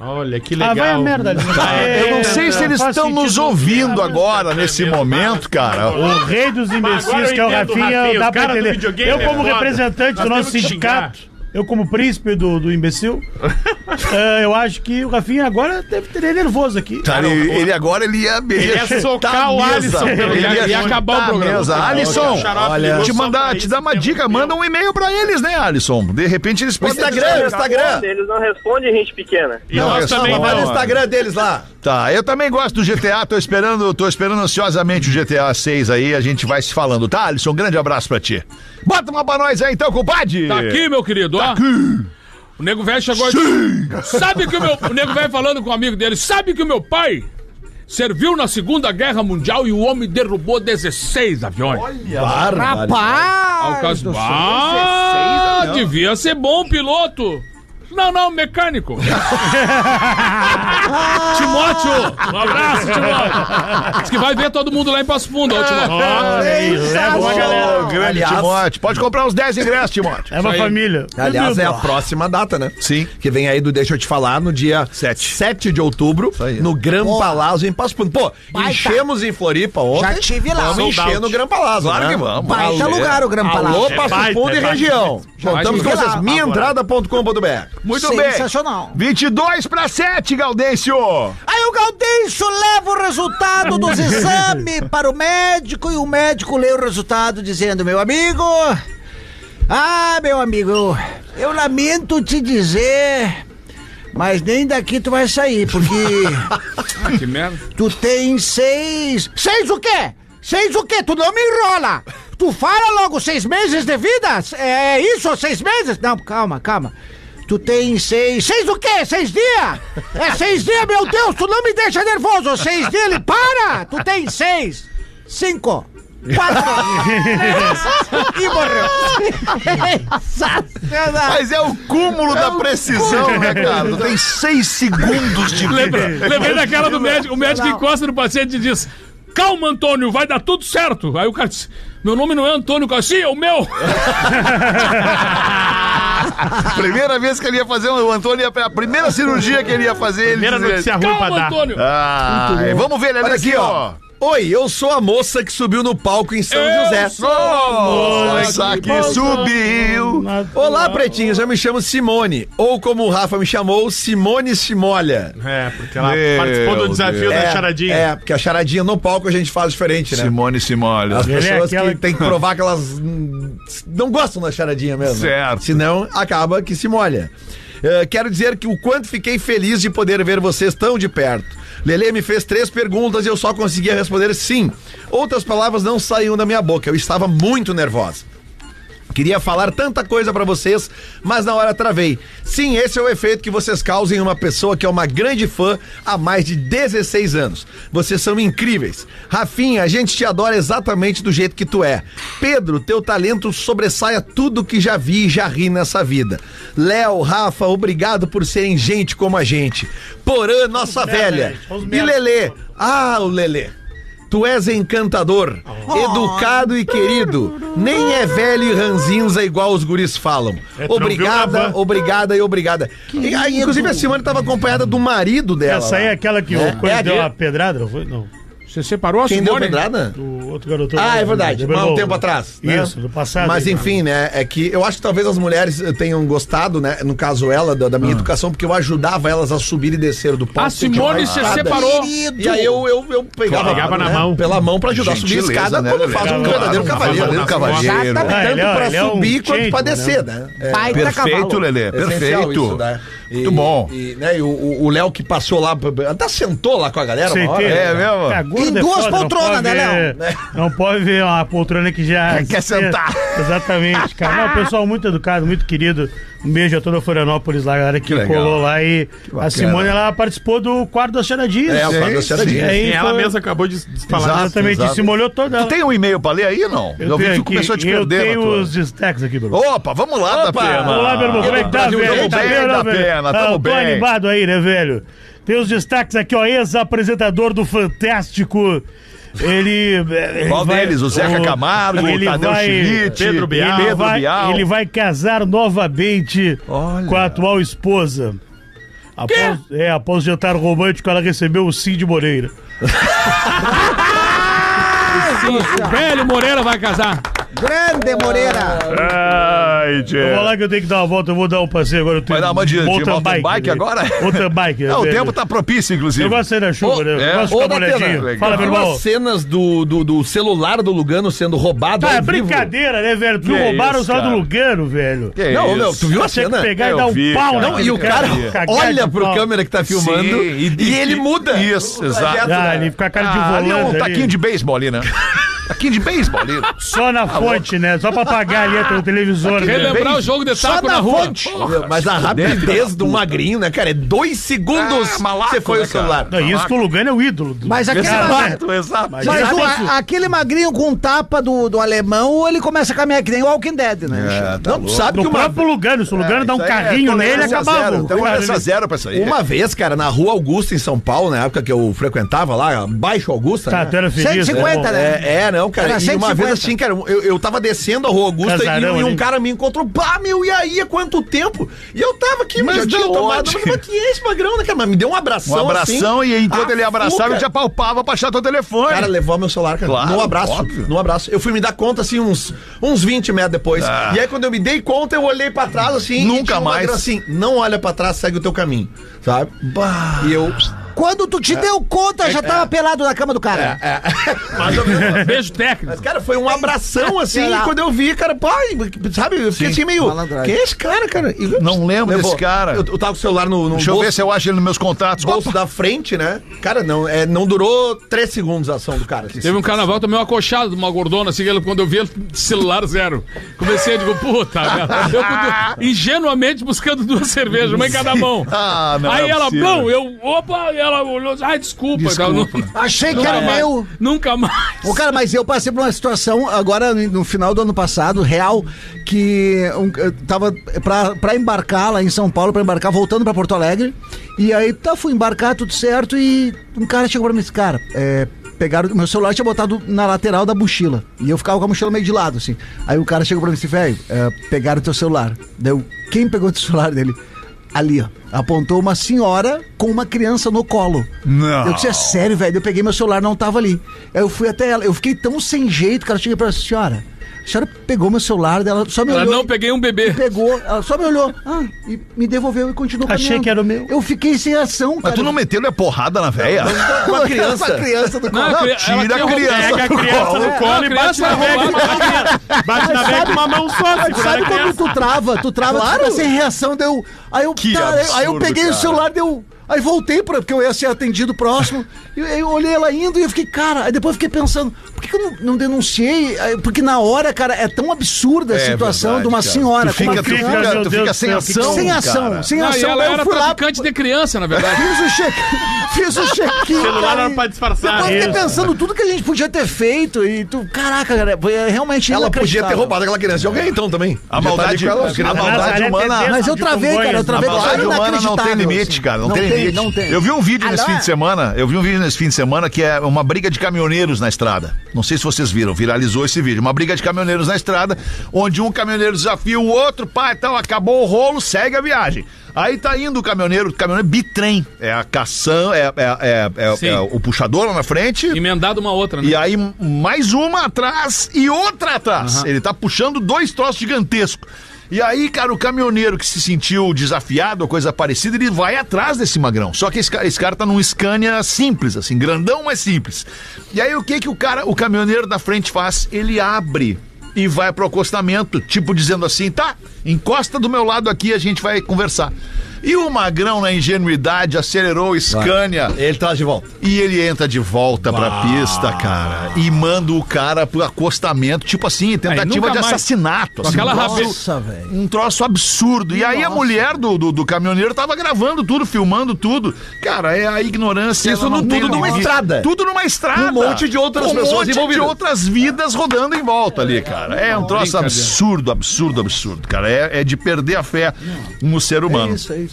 Speaker 3: Olha, que
Speaker 5: Ah,
Speaker 3: legal. Tá.
Speaker 5: vai a merda, Alisson.
Speaker 1: Tá, Eu não sei se eles
Speaker 5: Faz
Speaker 1: estão
Speaker 5: sentido.
Speaker 1: nos ouvindo agora, nesse momento, cara.
Speaker 5: O rei dos imbecis,
Speaker 3: Agora eu
Speaker 5: que é o
Speaker 3: entendo,
Speaker 5: Rafinha,
Speaker 3: Rafinha,
Speaker 5: dá
Speaker 3: os
Speaker 5: pra
Speaker 3: caras do
Speaker 5: entender.
Speaker 3: videogame
Speaker 5: Eu,
Speaker 3: é
Speaker 5: como
Speaker 3: foda.
Speaker 5: representante
Speaker 3: Nós
Speaker 5: do nosso
Speaker 3: temos que
Speaker 5: sindicato, eu, como príncipe do, do imbecil, eh, eu acho que o Rafinha agora deve ter é nervoso aqui.
Speaker 4: Tá
Speaker 1: Cara, ele, ele agora ele ia, ele
Speaker 3: ia socar o Alisson pelo-
Speaker 1: Ele ia,
Speaker 8: ia- ia
Speaker 1: acabar
Speaker 8: acabar
Speaker 1: o
Speaker 8: o programa.
Speaker 1: Mesa. Alisson,
Speaker 3: Olha,
Speaker 1: te mandar, te dar uma dica, manda um e-mail pra eles, né, Alisson? De repente eles podem.
Speaker 4: Instagram, Instagram.
Speaker 10: Eles não respondem gente pequena.
Speaker 3: E nós
Speaker 1: Não,
Speaker 3: também
Speaker 1: essa
Speaker 4: Vai no
Speaker 3: não.
Speaker 4: Instagram deles lá.
Speaker 1: Tá, eu também gosto do GTA, tô esperando, tô esperando ansiosamente o GTA 6 aí, a gente vai se falando, tá, Alisson? Grande abraço pra ti. Bota uma pra nós aí então, compadre!
Speaker 8: Tá aqui, meu querido, ó. O nego velho chegou e Sabe que o meu. O nego velho falando com um amigo dele, sabe que o meu pai serviu na Segunda Guerra Mundial e o homem derrubou 16 aviões.
Speaker 7: Rapaz.
Speaker 8: Ao caso. Ah, devia ser bom piloto. Não, não, mecânico. Timóteo, um abraço, Timóteo. Diz que vai ver todo mundo lá em Passo Fundo, ó,
Speaker 1: É.
Speaker 8: Timóteo.
Speaker 5: É Tá,
Speaker 1: Ô, grande
Speaker 4: Aliás-
Speaker 1: Timote. Pode comprar uns 10 ingressos, Timote.
Speaker 5: É uma
Speaker 8: aí.
Speaker 5: família.
Speaker 4: Aliás, é a
Speaker 5: próxima.
Speaker 4: próxima data, né?
Speaker 1: Sim.
Speaker 4: Que vem aí do Deixa Eu Te Falar, no dia 7, de outubro,
Speaker 1: aí.
Speaker 4: no Gran Palazzo, em Passo Fundo. Pô, enchemos em Floripa ontem.
Speaker 7: Já tive lá.
Speaker 4: Vamos
Speaker 7: Sold
Speaker 4: encher no Gran Palazzo,
Speaker 1: Claro
Speaker 4: né?
Speaker 1: que vamos.
Speaker 7: Baita
Speaker 1: Alô.
Speaker 7: lugar o Gran
Speaker 4: Alô,
Speaker 7: Palácio.
Speaker 4: Passo
Speaker 3: baita,
Speaker 4: Fundo e
Speaker 3: é baita.
Speaker 4: região. Contamos com
Speaker 8: Vai
Speaker 4: vocês. Minhaentrada.com.br
Speaker 1: Muito bem.
Speaker 7: Sensacional.
Speaker 1: 22 pra 7, Gaudêncio!
Speaker 7: Aí o Gaudêncio leva o resultado dos exames para o médico e o médico lê o resultado dizendo: Meu amigo, ah, meu amigo, eu lamento te dizer, mas nem daqui tu vai sair, porque
Speaker 8: Ah, Que merda.
Speaker 7: tu tem seis. Seis o quê? Seis o quê? Tu não me enrola! Tu fala logo seis meses de vida? É isso? Seis meses? Não, calma, calma. Tu tem seis. Seis o quê? Seis dias? É seis dias, meu Deus, tu não me deixa nervoso! Seis dias, ele para! Tu tem seis! Cinco! Quatro! e morreu! Sensacional!
Speaker 1: Mas é o cúmulo da precisão, né, cara? Tu tem 6 segundos de vida.
Speaker 8: Lembrei daquela do médico. O médico encosta no paciente e diz: Calma, Antônio, vai dar tudo certo. Aí o cara diz: Meu nome não é Antônio Garcia, é o meu.
Speaker 1: Primeira vez que ele ia fazer, o Antônio ia. A primeira cirurgia que ele ia fazer, ele
Speaker 3: Primeira
Speaker 1: dizia-
Speaker 3: notícia ruim pra
Speaker 8: Calma,
Speaker 3: dar.
Speaker 8: Antônio.
Speaker 1: Ah, vamos ver ele
Speaker 4: Olha
Speaker 1: aqui,
Speaker 4: aqui,
Speaker 1: ó.
Speaker 4: Oi, eu sou a moça que subiu no palco em São
Speaker 8: Eu
Speaker 4: José.
Speaker 1: Nossa, que subiu!
Speaker 4: Olá, pretinhos. Eu me chamo Simone. Ou como o Rafa me chamou, Simone Simolha.
Speaker 3: É, porque ela
Speaker 1: Meu
Speaker 3: participou do desafio
Speaker 1: Deus.
Speaker 3: da charadinha.
Speaker 4: É, porque a charadinha no palco a gente faz diferente, né?
Speaker 1: Simone Simone.
Speaker 4: As
Speaker 5: Ele é
Speaker 4: pessoas
Speaker 5: aquela-
Speaker 4: que tem que provar que elas hum, não gostam da charadinha mesmo.
Speaker 1: Certo.
Speaker 4: Senão, acaba que se molha. Eh, quero dizer que o quanto fiquei feliz de poder ver vocês tão de perto. Lele me fez três perguntas e eu só conseguia responder sim. Outras palavras não saíam da minha boca. Eu estava muito nervosa. Queria falar tanta coisa pra vocês, mas na hora travei. Sim, esse é o efeito que vocês causam em uma pessoa que é uma grande fã há mais de 16 anos. Vocês são incríveis. Rafinha, a gente te adora exatamente do jeito que tu é. Pedro, teu talento sobressai a tudo que já vi e já ri nessa vida. Léo, Rafa, obrigado por serem gente como a gente. Porã, nossa velha.
Speaker 5: os
Speaker 4: E
Speaker 5: merda.
Speaker 4: Lelê. Ah, o Lelê. Tu és encantador,
Speaker 5: Oh.
Speaker 4: educado e querido. Nem é velho e ranzinza igual os guris falam.
Speaker 5: tu não viu na
Speaker 4: Obrigada,
Speaker 5: van.
Speaker 4: obrigada e obrigada. E, ah, inclusive, a Simone estava acompanhada do marido dela.
Speaker 5: Essa aí é
Speaker 4: lá.
Speaker 5: aquela que
Speaker 4: É.
Speaker 5: o coisa
Speaker 4: É a
Speaker 5: deu
Speaker 4: dele.
Speaker 5: uma pedrada, não foi? Não.
Speaker 8: Você separou a
Speaker 4: Quem deu
Speaker 8: Simone?
Speaker 4: pedrada?
Speaker 5: Do outro garoto.
Speaker 4: Ah, é verdade.
Speaker 5: Do
Speaker 4: Há um
Speaker 5: Belo-
Speaker 4: tempo atrás. né?
Speaker 5: Isso, do passado.
Speaker 4: Mas enfim, né? É que eu acho que talvez as mulheres eh, tenham gostado, né? No caso, ela, da,
Speaker 5: Ah.
Speaker 4: da minha educação, porque eu ajudava elas a subir e descer do palco.
Speaker 8: A Simone se
Speaker 4: Sentadas.
Speaker 8: separou.
Speaker 4: E aí eu, eu, eu pegava,
Speaker 3: Pegava na
Speaker 4: né,
Speaker 3: mão.
Speaker 4: pela mão pra ajudar a subir a
Speaker 1: Gentileza,
Speaker 4: escada
Speaker 1: né,
Speaker 4: como
Speaker 1: Lelê?
Speaker 4: faz um
Speaker 5: Claro,
Speaker 4: verdadeiro
Speaker 5: um
Speaker 4: cavaleiro.
Speaker 1: verdadeiro cavaleiro.
Speaker 4: Exatamente,
Speaker 5: Ah, ele
Speaker 4: tanto
Speaker 5: é-
Speaker 4: pra
Speaker 5: ele é um
Speaker 4: subir quanto pra
Speaker 5: gentleman,
Speaker 4: descer, né? É.
Speaker 7: Baita
Speaker 1: Perfeito,
Speaker 7: cavalo.
Speaker 1: Lelê.
Speaker 4: Essencial
Speaker 1: é, Perfeito.
Speaker 4: isso, né? E-
Speaker 1: Muito bom.
Speaker 4: E, né, e o- o o Léo que passou lá, até sentou lá com a galera uma hora.
Speaker 5: Aceitei.
Speaker 1: É
Speaker 4: né?
Speaker 1: mesmo?
Speaker 5: Cagou
Speaker 7: Em
Speaker 5: de
Speaker 7: duas
Speaker 5: foda, não
Speaker 7: poltronas,
Speaker 5: pode
Speaker 7: né,
Speaker 5: ver- Não pode ver uma poltrona que já.
Speaker 1: Quer sentar.
Speaker 5: Exatamente, cara. Não, pessoal muito educado, muito querido. Um beijo a toda a Florianópolis lá, galera que,
Speaker 1: legal.
Speaker 5: colou lá. E a
Speaker 1: bacana.
Speaker 5: Simone, ela participou do quadro das charadinhas.
Speaker 4: É, o quadro das charadinhas.
Speaker 5: E aí
Speaker 3: E ela
Speaker 5: foi-
Speaker 3: mesma acabou de de falar.
Speaker 5: Exatamente,
Speaker 1: exato.
Speaker 5: se molhou toda
Speaker 1: Tu
Speaker 5: ela.
Speaker 1: tem um e-mail pra ler aí, não? Eu, vi que tu começou a te
Speaker 5: eu
Speaker 1: perder.
Speaker 5: tenho
Speaker 1: na tua.
Speaker 5: os destaques aqui, Bruno.
Speaker 1: Opa, vamos lá, da pena.
Speaker 5: Vamos lá, meu irmão. Como é que tá,
Speaker 1: Tamo
Speaker 5: velho?
Speaker 1: bem,
Speaker 5: Tá bem,
Speaker 1: da
Speaker 5: né, velho?
Speaker 1: pena,
Speaker 5: Ah,
Speaker 1: tamo
Speaker 5: eu tô
Speaker 1: bem.
Speaker 5: animado aí, né, velho? Tem os destaques aqui, ó. Ex-apresentador do Fantástico. Ele.
Speaker 1: Qual deles? O Zeca Camargo, o Tadeu Schmidt, Pedro
Speaker 5: Pedro
Speaker 1: Bial.
Speaker 5: Bial. Ele
Speaker 1: Pedro
Speaker 5: vai,
Speaker 1: Bial.
Speaker 5: ele vai casar novamente
Speaker 1: Olha.
Speaker 5: com a atual esposa. Após, é, após jantar romântico, ela recebeu o Cid Moreira.
Speaker 8: Sim, o velho Moreira vai casar.
Speaker 7: Grande Moreira.
Speaker 1: Ai,
Speaker 5: Eu vou
Speaker 1: tchê.
Speaker 5: lá que eu tenho que dar uma volta, eu vou dar um passeio agora. Eu tenho
Speaker 1: é. Vai dar uma de, de
Speaker 5: mountain
Speaker 1: mountain bike,
Speaker 5: né?
Speaker 1: agora?
Speaker 5: Mountain bike.
Speaker 1: Ah, o
Speaker 5: velho.
Speaker 1: tempo tá propício, inclusive.
Speaker 5: Eu gosto de sair na chuva,
Speaker 4: Ô,
Speaker 5: né? Eu
Speaker 1: é.
Speaker 5: gosto de
Speaker 4: Ô,
Speaker 5: dar uma
Speaker 4: Datena,
Speaker 5: olhadinha.
Speaker 1: legal.
Speaker 5: Fala, meu
Speaker 4: Viu
Speaker 5: irmão.
Speaker 4: as cenas do, do, do celular do Lugano sendo roubado
Speaker 5: Ah,
Speaker 4: ao
Speaker 5: é
Speaker 4: vivo?
Speaker 5: brincadeira, né, velho? Tu
Speaker 1: Que
Speaker 5: roubaram
Speaker 1: isso,
Speaker 5: o celular do
Speaker 1: cara.
Speaker 5: Lugano, velho.
Speaker 1: Que
Speaker 4: Não,
Speaker 1: isso.
Speaker 4: meu, tu viu a
Speaker 5: Tinha que
Speaker 4: cena?
Speaker 5: pegar e
Speaker 1: Eu
Speaker 5: dar um
Speaker 1: vi,
Speaker 5: pau
Speaker 1: cara.
Speaker 4: Não, e o cara olha pro câmera que tá filmando
Speaker 1: Sim,
Speaker 4: e, ele muda.
Speaker 1: Isso, exato.
Speaker 5: Ah, ele fica com a cara de
Speaker 1: Ah, ali é
Speaker 5: volante.
Speaker 1: um
Speaker 5: ali.
Speaker 1: taquinho de beisebol ali, né? taquinho de beisebol ali.
Speaker 5: Só na fonte, né? Só pra apagar ali o televisor. né?
Speaker 8: Relembrar o jogo
Speaker 4: Tá
Speaker 8: de taco na, rua.
Speaker 4: Mas a rapidez do magrinho, né, cara? É dois segundos
Speaker 1: Ah, malaco,
Speaker 4: você foi
Speaker 1: né,
Speaker 4: o celular.
Speaker 5: Não, isso que o Lugano é o ídolo. do-
Speaker 7: Mas aquele,
Speaker 5: Cara,
Speaker 7: ma-
Speaker 5: né?
Speaker 1: é exato.
Speaker 5: Mas
Speaker 7: mas
Speaker 5: já
Speaker 7: o-
Speaker 5: tem-
Speaker 7: aquele magrinho com tapa do, do alemão, ele começa a caminhar que nem o Walking Dead, né?
Speaker 4: Não, tu sabe que
Speaker 5: No
Speaker 4: uma,
Speaker 5: próprio Lugano, se o Lugano dá um
Speaker 1: é
Speaker 5: carrinho nele, acabava. Um o-
Speaker 1: Então
Speaker 5: cara,
Speaker 1: essa
Speaker 5: ele-
Speaker 1: zero pra isso aí.
Speaker 4: uma vez, cara, na rua Augusta, em São Paulo, na época que eu frequentava lá, Baixo Augusta.
Speaker 5: Tá,
Speaker 4: né?
Speaker 5: tu era feliz.
Speaker 7: 150, né?
Speaker 4: É, é, não, cara.
Speaker 7: Era
Speaker 4: e uma
Speaker 7: 150.
Speaker 4: vez assim, cara, eu, eu tava descendo a rua Augusta
Speaker 5: Casarão
Speaker 4: e, e um
Speaker 5: ali.
Speaker 4: cara me encontrou. Pá, meu, e aí? Há quanto tempo? E eu tava aqui,
Speaker 1: Mas
Speaker 4: mas
Speaker 1: da
Speaker 4: já tinha tomado.
Speaker 1: onde?
Speaker 4: Mas, mas que é esse magrão, né, cara? Mas me deu um abração.
Speaker 1: Um abração,
Speaker 4: assim.
Speaker 1: e enquanto ele
Speaker 4: Ah,
Speaker 1: abraçava,
Speaker 4: fu,
Speaker 1: eu te
Speaker 4: cara.
Speaker 1: apalpava pra achar teu telefone.
Speaker 4: Cara, levou meu celular, cara.
Speaker 1: Claro,
Speaker 4: num abraço.
Speaker 1: óbvio.
Speaker 4: Num abraço. Eu fui me dar conta, assim, uns, uns 20 metros depois. E aí, quando eu me dei conta, eu olhei pra trás, assim. e
Speaker 1: Ah. Nunca
Speaker 4: tinha um
Speaker 1: mais.
Speaker 4: magrão assim, não olha pra trás, segue o teu caminho. Sabe? E eu.
Speaker 7: Quando tu te deu conta, já tava pelado na cama do cara.
Speaker 4: Mais ou menos.
Speaker 8: Beijo técnico.
Speaker 4: Mas, cara, foi um abração assim.
Speaker 7: Sei lá.
Speaker 4: e quando eu vi, cara, pai, sabe? Eu fiquei assim meio.
Speaker 7: é. Malandragem.
Speaker 4: Quem é esse cara, cara? E-
Speaker 1: Não lembro
Speaker 4: Levou.
Speaker 1: desse cara.
Speaker 4: Eu, eu tava com o celular no, no
Speaker 1: Deixa eu
Speaker 4: bolso,
Speaker 1: ver se eu acho ele nos meus contatos.
Speaker 4: bolso da frente, né? Cara, não, é, não durou três segundos a ação do cara. assim.
Speaker 8: Teve um carnaval, tomei uma coxada de uma gordona, assim, que ela- quando eu vi ele, celular zero. Comecei, eu digo, puta, cara. Eu com du- ingenuamente buscando duas cervejas, uma em cada mão.
Speaker 1: Ah, não
Speaker 8: Aí
Speaker 1: é
Speaker 8: ela,
Speaker 1: possível.
Speaker 8: não, eu, opa, e ela olhou, ai, desculpa. Então,
Speaker 1: Desculpa.
Speaker 8: Cara,
Speaker 7: Achei que
Speaker 8: nunca
Speaker 7: era
Speaker 8: mais.
Speaker 7: meu.
Speaker 8: Nunca mais.
Speaker 7: Ô, cara, mas eu passei por uma situação agora no final do ano passado, real, que um, eu tava pra, pra embarcar lá em São Paulo, pra embarcar, voltando pra Porto Alegre. E aí, tá, fui embarcar, tudo certo, e um cara chegou pra mim e disse, cara, é, pegaram, meu celular tinha botado na lateral da mochila. E eu ficava com a mochila meio de lado, assim. Aí o cara chegou pra mim e disse, velho, é, pegaram teu celular. Deu, quem pegou teu celular dele? Ali, ó. Apontou uma senhora com uma criança no colo.
Speaker 1: Não.
Speaker 7: Eu disse, é sério, velho. Eu peguei meu celular, não tava ali. Aí eu fui até ela. Eu fiquei tão sem jeito, cara. Eu cheguei pra ela, assim, senhora. A senhora pegou meu celular dela, só me
Speaker 8: Ela,
Speaker 7: olhou.
Speaker 8: não, peguei um bebê.
Speaker 7: Pegou, ela só me olhou. Ah, e me devolveu e continuou
Speaker 5: Achei
Speaker 7: caminhando.
Speaker 5: que era o meu.
Speaker 7: Eu fiquei sem ação, cara.
Speaker 1: Mas tu não meteu a porrada na véia?
Speaker 4: Uma criança.
Speaker 7: Uma criança do
Speaker 8: Não,
Speaker 7: colo.
Speaker 8: a cri- ela
Speaker 1: Tira
Speaker 8: tinha
Speaker 1: a criança.
Speaker 5: Pega a criança no colo e
Speaker 8: a
Speaker 5: bate
Speaker 8: criança
Speaker 5: na
Speaker 8: vai
Speaker 5: velha
Speaker 8: roubar.
Speaker 3: Bate na velha com uma mão só,
Speaker 7: Mas
Speaker 3: segurando
Speaker 7: sabe
Speaker 3: a
Speaker 7: quando
Speaker 3: criança.
Speaker 7: tu trava? Tu trava, tu fica sem reação, deu. Aí eu,
Speaker 1: Que
Speaker 7: tá, aí- aí eu
Speaker 1: absurdo,
Speaker 7: peguei o
Speaker 1: cara.
Speaker 7: celular, deu. Aí voltei, pra, porque eu ia ser atendido próximo. e eu, eu olhei ela indo e eu fiquei, cara. Aí depois eu fiquei pensando, por que, que, que eu não, não denunciei? Aí, Porque na hora, cara, é tão absurda a
Speaker 4: É
Speaker 7: situação
Speaker 4: verdade,
Speaker 7: de uma
Speaker 4: cara.
Speaker 7: senhora
Speaker 1: Tu fica,
Speaker 7: uma
Speaker 1: tu
Speaker 7: criança.
Speaker 1: fica,
Speaker 5: meu
Speaker 1: tu
Speaker 5: Deus
Speaker 1: fica
Speaker 5: do
Speaker 1: sem
Speaker 5: céu, que
Speaker 1: ação.
Speaker 7: sem ação, sem
Speaker 8: Não, e
Speaker 7: ação.
Speaker 8: ela
Speaker 7: Daí
Speaker 8: era
Speaker 7: eu fui lá,
Speaker 8: traficante de criança, na verdade.
Speaker 7: fiz o cheque, fiz o chequinho.
Speaker 3: Celular
Speaker 7: cara,
Speaker 3: era pra disfarçar.
Speaker 7: Depois fiquei
Speaker 5: Isso.
Speaker 7: pensando tudo que a gente podia ter feito e tu, caraca, cara, foi realmente
Speaker 4: Ela podia ter
Speaker 7: inacreditável.
Speaker 4: roubado aquela criança de alguém, então, também.
Speaker 1: A maldade,
Speaker 4: Podia estar ali com ela.
Speaker 1: a maldade
Speaker 5: Nazaré
Speaker 1: humana.
Speaker 5: tem
Speaker 7: Ah, Mas eu
Speaker 5: De
Speaker 7: travei,
Speaker 5: Congonhas,
Speaker 7: cara, eu
Speaker 5: né?
Speaker 1: A
Speaker 7: travei.
Speaker 1: maldade
Speaker 7: Claro,
Speaker 1: humana não tem
Speaker 7: inacreditável,
Speaker 1: limite,
Speaker 7: assim.
Speaker 1: cara. Não, tem, limite.
Speaker 7: Não tem.
Speaker 1: Eu vi um vídeo nesse
Speaker 7: Alô?
Speaker 1: fim de semana. Eu vi um vídeo nesse fim de semana que é uma briga de caminhoneiros na estrada. Não sei se vocês viram, viralizou esse vídeo. Uma briga de caminhoneiros na estrada, onde um caminhoneiro desafia o outro, pá, e tal, acabou o rolo, segue a viagem. Aí tá indo o caminhoneiro, o caminhoneiro bitrem. É a caçã, é, é- é- é-
Speaker 8: Sim.
Speaker 1: é o puxador lá na frente.
Speaker 8: Emendado uma outra, né?
Speaker 1: E aí, mais uma atrás e outra atrás. Ele tá puxando dois troços gigantescos. E aí, cara, o caminhoneiro que se sentiu desafiado ou coisa parecida, ele vai atrás desse magrão. Só que esse cara, esse cara tá num Scania simples, assim, grandão, mas simples. E aí, o que que o cara, o caminhoneiro da frente faz? Ele abre e vai pro acostamento, tipo dizendo assim, tá, encosta do meu lado aqui, a gente vai conversar. E o magrão, na ingenuidade, acelerou o Scania
Speaker 4: Ele traz de volta.
Speaker 1: e ele entra de volta pra pista, cara. E manda o cara pro acostamento, tipo assim, tentativa
Speaker 8: nunca
Speaker 1: de
Speaker 8: mais.
Speaker 1: assassinato.
Speaker 8: Com
Speaker 1: assim,
Speaker 8: aquela
Speaker 1: um troço-
Speaker 7: Nossa, velho.
Speaker 1: Um troço absurdo. E aí a mulher do, do, do caminhoneiro tava gravando tudo, filmando tudo. Cara, é a ignorância.
Speaker 4: Isso
Speaker 1: ela não
Speaker 4: no-
Speaker 1: tem
Speaker 4: tudo numa
Speaker 1: limite.
Speaker 4: estrada.
Speaker 1: Tudo numa estrada.
Speaker 4: Um monte de outras
Speaker 1: Com
Speaker 4: pessoas
Speaker 1: Um monte de
Speaker 4: envolvidas.
Speaker 1: outras vidas rodando em volta ali, cara. É um troço absurdo, absurdo, absurdo, cara. É, é de perder a fé no ser humano.
Speaker 7: Isso, é isso.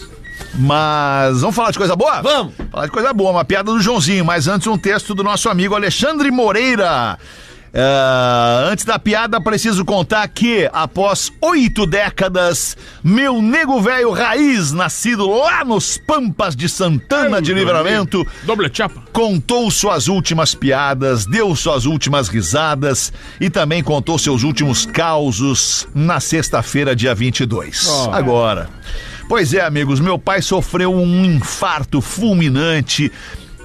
Speaker 1: Mas vamos falar de coisa boa?
Speaker 4: Vamos.
Speaker 1: Falar de coisa boa, uma piada do Joãozinho, mas antes um texto do nosso amigo Alexandre Moreira. Ah, antes da piada, preciso contar que, após oito décadas, meu nego velho raiz, nascido lá nos Pampas de Santana de Livramento,
Speaker 8: Doble chapa.
Speaker 1: contou suas últimas piadas, deu suas últimas risadas e também contou seus últimos causos na sexta-feira, dia 22. Agora. Pois é, amigos, meu pai sofreu um infarto fulminante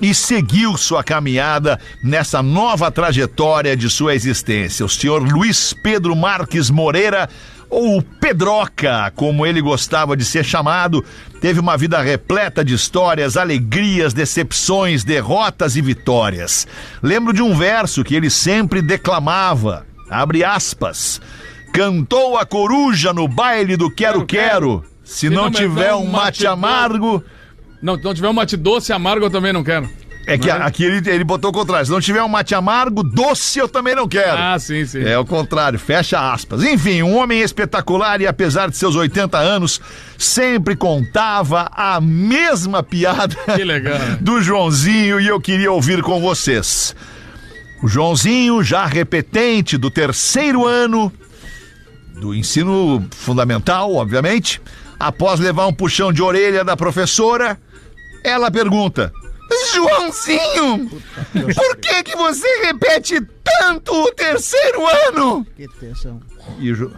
Speaker 1: e seguiu sua caminhada nessa nova trajetória de sua existência. O senhor Luiz Pedro Marques Moreira ou Pedroca, como ele gostava de ser chamado, teve uma vida repleta de histórias, alegrias, decepções, derrotas e vitórias. Lembro de um verso que ele sempre declamava, abre aspas, cantou a coruja no baile do quero-quero, se não tiver um mate amargo...
Speaker 8: Não, se não tiver um mate doce amargo, eu também não quero.
Speaker 1: É que a- aqui ele, ele botou o contrário, se não tiver um mate amargo, doce eu também não quero.
Speaker 8: Ah, sim, sim.
Speaker 1: É o contrário, fecha aspas. Enfim, um homem espetacular e apesar de seus 80 anos, sempre contava a mesma piada
Speaker 8: Que legal.
Speaker 1: do Joãozinho e eu queria ouvir com vocês. O Joãozinho, já repetente do terceiro ano do ensino fundamental, obviamente, após levar um puxão de orelha da professora, ela pergunta: Joãozinho, por que que você repete tanto o terceiro ano?
Speaker 6: Que tensão.
Speaker 1: E o Jo-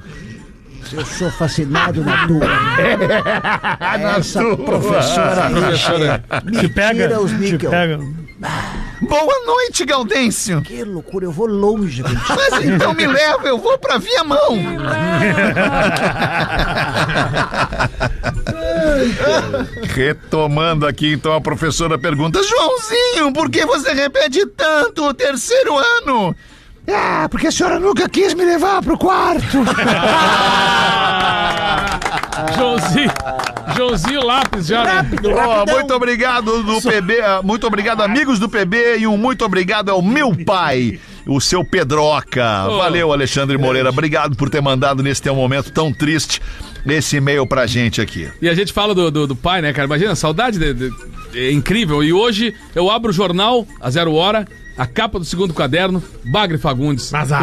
Speaker 6: Eu sou fascinado na tua.
Speaker 7: É.
Speaker 6: Essa professora aí
Speaker 5: Te
Speaker 6: me
Speaker 5: pega.
Speaker 6: tira os
Speaker 5: Te
Speaker 6: níquel.
Speaker 5: pega.
Speaker 1: Boa noite, Gaudêncio.
Speaker 6: Que loucura, eu vou longe. contigo.
Speaker 1: Mas então me leva, eu vou pra Viamão. Retomando aqui, então a professora pergunta: Joãozinho, por que você repete tanto o terceiro ano? Ah, porque a senhora nunca quis me levar pro quarto.
Speaker 7: Ah.
Speaker 8: Joãozinho, Joãozinho Lápis já. né?
Speaker 1: Ó, muito obrigado do PB, ah, muito obrigado amigos do PB e um muito obrigado ao meu pai, o seu Pedroca.
Speaker 8: Ô.
Speaker 1: Valeu, Alexandre Moreira. Obrigado por ter mandado nesse teu momento tão triste esse e-mail pra gente aqui.
Speaker 8: E a gente fala do, do, do pai, né, cara? Imagina, saudade de- de- é incrível. E hoje eu abro o jornal a zero hora, a capa do segundo caderno, Bagre Fagundes.
Speaker 3: Mas a...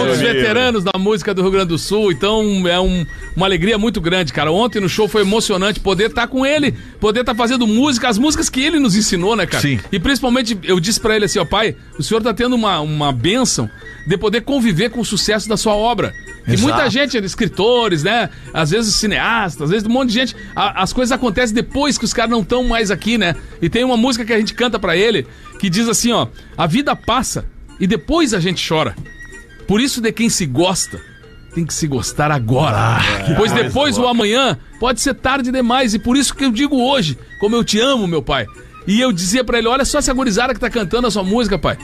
Speaker 8: Um dos veteranos da música do Rio Grande do Sul, então é um- uma alegria muito grande, cara. Ontem no show foi emocionante poder estar com ele, poder estar fazendo música, as músicas que ele nos ensinou, né, cara?
Speaker 1: Sim.
Speaker 8: E principalmente eu disse pra ele assim, ó, pai, o senhor tá tendo uma, uma benção de poder conviver com o sucesso da sua obra. E muita gente, escritores, né? Às vezes cineastas, às vezes um monte de gente. A- as coisas acontecem depois que os caras não estão mais aqui, né? E tem uma música que a gente canta pra ele que diz assim, ó: "A vida passa e depois a gente chora". Por isso de quem se gosta tem que se gostar agora.
Speaker 1: Ah,
Speaker 8: pois depois o amanhã pode ser tarde demais e por isso que eu digo hoje, como eu te amo, meu pai. E eu dizia pra ele, olha só essa gurizada que tá cantando a sua música, pai.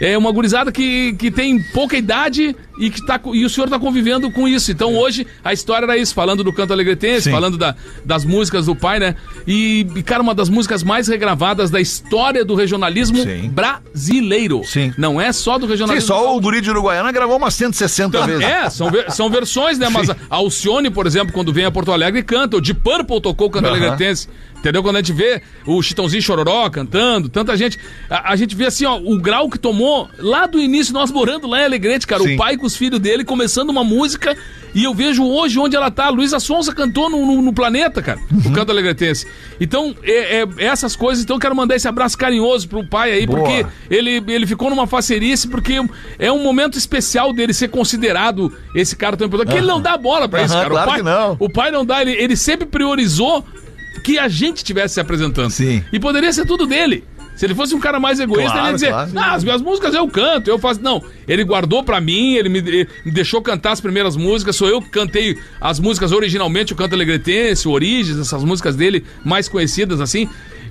Speaker 8: É uma gurizada que, que tem pouca idade e que tá, co- e o senhor tá convivendo com isso. Então hoje a história era isso, falando do canto alegretense, falando da- das músicas do pai, né? E, e, cara, uma das músicas mais regravadas da história do regionalismo
Speaker 1: Sim.
Speaker 8: brasileiro.
Speaker 1: Sim.
Speaker 8: Não é só do
Speaker 1: Sim,
Speaker 8: regionalismo.
Speaker 1: só o guri de Uruguaiana gravou umas 160 vezes.
Speaker 8: É, são, ver- são versões, né? Mas a a Alcione, por exemplo, quando vem a Porto Alegre, canta. O de Purple tocou o canto alegretense. Entendeu? Quando a gente vê o Chitãozinho Chororó cantando, tanta gente. A, a gente vê assim, ó, o grau que tomou lá do início, nós morando lá em Alegrete, cara.
Speaker 1: Sim.
Speaker 8: O pai com os filhos dele começando uma música. E eu vejo hoje onde ela tá. Luísa Sonza cantou no, no- no planeta, cara, o
Speaker 1: Uhum.
Speaker 8: canto alegretense. Então, é, é- essas coisas. Então, eu quero mandar esse abraço carinhoso pro pai aí,
Speaker 1: Boa.
Speaker 8: porque ele, ele ficou numa facerice porque é um momento especial dele ser considerado esse cara tão importante. Porque ele não dá bola pra isso,
Speaker 1: Aham,
Speaker 8: cara.
Speaker 1: claro
Speaker 8: o pai,
Speaker 1: que não.
Speaker 8: O pai não dá, ele, ele sempre priorizou que a gente estivesse se apresentando.
Speaker 1: Sim.
Speaker 8: E poderia ser tudo dele. Se ele fosse um cara mais egoísta,
Speaker 1: Claro,
Speaker 8: ele ia dizer:
Speaker 1: claro.
Speaker 8: Ah, as minhas músicas eu canto, eu faço. Não, ele guardou pra mim, ele me, ele me deixou cantar as primeiras músicas. Sou eu que cantei as músicas originalmente, o Canto Alegretense, o Origens, essas músicas dele mais conhecidas assim,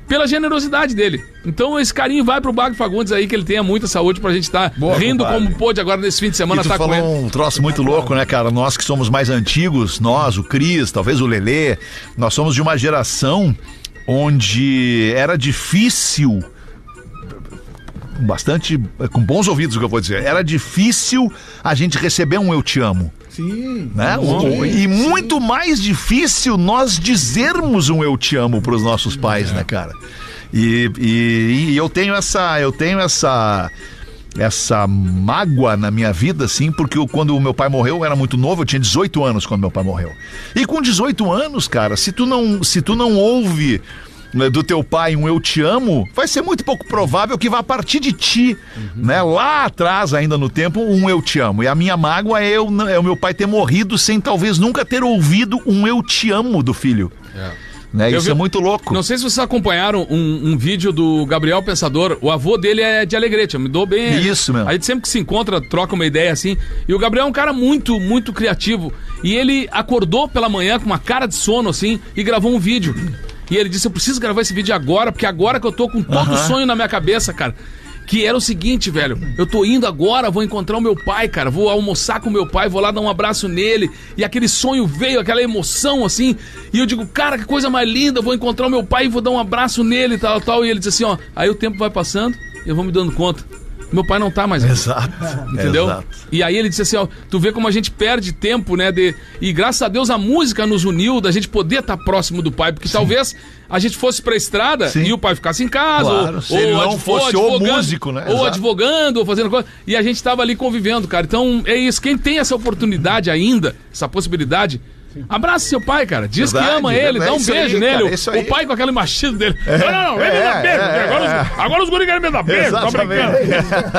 Speaker 8: pela generosidade dele. Então esse carinho vai pro Bago Fagundes aí, que ele tenha muita saúde pra gente estar rindo
Speaker 1: compadre.
Speaker 8: como pôde agora nesse fim de
Speaker 1: E
Speaker 8: semana,
Speaker 1: tu
Speaker 8: tá com ele.
Speaker 1: falou um troço muito louco, né, cara? Nós que somos mais antigos, nós, o Cris, talvez o Lelê, nós somos de uma geração onde era difícil bastante com bons ouvidos o que eu vou dizer. Era difícil a gente receber um eu te amo. Sim. Né? O- o- e muito mais difícil nós dizermos um eu te amo para os nossos pais, né, cara? E, e- e eu tenho essa eu tenho essa essa mágoa na minha vida, assim, porque eu, quando o meu pai morreu, eu era muito novo, eu tinha 18 anos quando meu pai morreu. E com 18 anos, cara, se tu não, se tu não ouve né, do teu pai um eu te amo, vai ser muito pouco provável que vá a partir de ti,
Speaker 8: Uhum.
Speaker 1: né? Lá atrás, ainda no tempo, um eu te amo. E a minha mágoa é, eu, n- é o meu pai ter morrido sem talvez nunca ter ouvido um eu te amo do filho. Né?
Speaker 8: Eu
Speaker 1: Isso
Speaker 8: vi-
Speaker 1: é muito louco.
Speaker 8: Não sei se vocês acompanharam um, um vídeo do Gabriel Pensador. O avô dele é de Alegrete, eu me dou bem.
Speaker 1: Isso, meu.
Speaker 8: A gente sempre que se encontra, troca uma ideia assim. E o Gabriel é um cara muito, muito criativo. E ele acordou pela manhã com uma cara de sono assim e gravou um vídeo. E ele disse: Eu preciso gravar esse vídeo agora, porque agora que eu tô com todo o sonho na minha cabeça, cara. Que era o seguinte, velho. Eu tô indo agora, vou encontrar o meu pai, cara. Vou almoçar com o meu pai, vou lá dar um abraço nele. E aquele sonho veio, aquela emoção assim. E eu digo, cara, que coisa mais linda. Vou encontrar o meu pai e vou dar um abraço nele, tal, tal. E ele disse assim: Ó, aí o tempo vai passando, eu vou me dando conta. Meu pai não tá mais. aqui.
Speaker 1: Exato.
Speaker 8: Entendeu?
Speaker 1: Exato.
Speaker 8: E aí ele disse assim, ó, tu vê como a gente perde tempo, né? De... E graças a Deus a música nos uniu, da gente poder estar próximo do pai, porque talvez a gente fosse pra estrada
Speaker 1: Sim.
Speaker 8: e o pai ficasse em casa,
Speaker 1: Claro,
Speaker 8: ou,
Speaker 1: se ele
Speaker 8: ou
Speaker 1: não
Speaker 8: adv- ou
Speaker 1: fosse o músico, né?
Speaker 8: Ou
Speaker 1: Exato.
Speaker 8: advogando, ou fazendo coisa, e a gente tava ali convivendo, cara. Então é isso, quem tem essa oportunidade ainda, essa possibilidade, abraça seu pai, cara. Diz que
Speaker 1: Verdade,
Speaker 8: ama ele,
Speaker 1: verdade.
Speaker 8: dá um
Speaker 1: Isso aí,
Speaker 8: beijo
Speaker 1: cara, é
Speaker 8: nele.
Speaker 1: isso
Speaker 8: O-
Speaker 1: aí.
Speaker 8: o pai com aquele machismo dele. Não, não, não, vem me
Speaker 1: é,
Speaker 8: dar beijo, porque
Speaker 1: é,
Speaker 8: agora, os, agora os guri querem me dar beijo, tá brincando.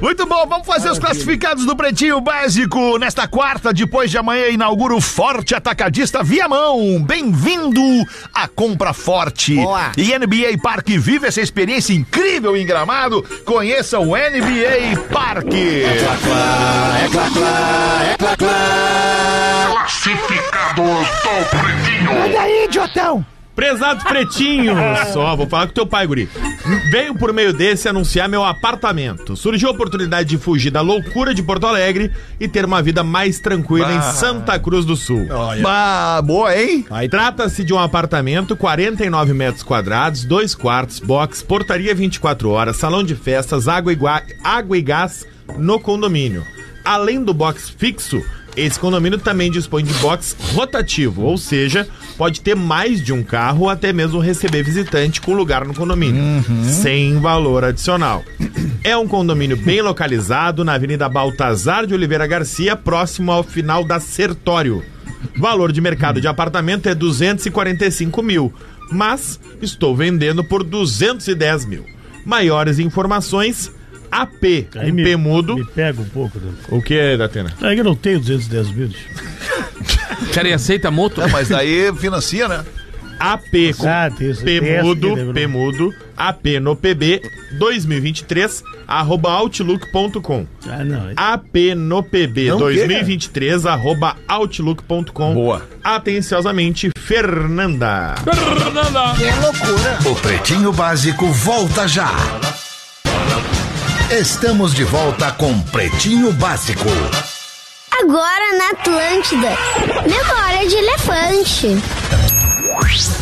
Speaker 1: Muito bom, vamos fazer os classificados do Pretinho Básico. Nesta quarta, depois de amanhã, inaugura o Forte Atacadista Viamão. Bem-vindo à Compra Forte.
Speaker 6: Boa.
Speaker 1: E NBA Parque vive essa experiência incrível em Gramado. Conheça o NBA Parque.
Speaker 6: Olha aí, idiotão!
Speaker 3: Prezados pretinhos! Só, vou falar com teu pai, guri. Veio por meio desse anunciar meu apartamento. Surgiu a oportunidade de fugir da loucura de Porto Alegre e ter uma vida mais tranquila em Santa Cruz do Sul.
Speaker 1: Bah, boa, hein?
Speaker 3: Aí Trata-se de um apartamento, 49 metros quadrados, dois quartos, box, portaria 24 horas, salão de festas, água e, gua- água e gás no condomínio. Além do box fixo, esse condomínio também dispõe de box rotativo, ou seja, pode ter mais de um carro ou até mesmo receber visitante com lugar no condomínio, sem valor adicional. É um condomínio bem localizado na Avenida Baltazar de Oliveira Garcia, próximo ao final da Sertório. Valor de mercado de apartamento é 245 mil, mas estou vendendo por 210 mil. Maiores informações, AP,
Speaker 5: Aí
Speaker 3: um P mudo.
Speaker 5: Me pega um pouco. Né?
Speaker 3: O que é, Datena?
Speaker 5: Aí eu não tenho 210 mil. bicho.
Speaker 8: Cara, e aceita a moto?
Speaker 1: Mas daí financia, né?
Speaker 3: AP, com
Speaker 5: Ah, tem isso.
Speaker 3: P
Speaker 5: tem essa
Speaker 3: mudo,
Speaker 5: aqui, né,
Speaker 3: P mudo, AP no PB 2023, arroba outlook.com.
Speaker 5: Ah, não.
Speaker 3: AP no PB
Speaker 4: Não
Speaker 3: 2023, arroba outlook.com.
Speaker 1: Boa.
Speaker 3: Atenciosamente, Fernanda.
Speaker 8: Fernanda!
Speaker 7: O Pretinho Básico volta já.
Speaker 11: Estamos de volta com Pretinho Básico.
Speaker 10: Agora na Atlântida. Memória de elefante.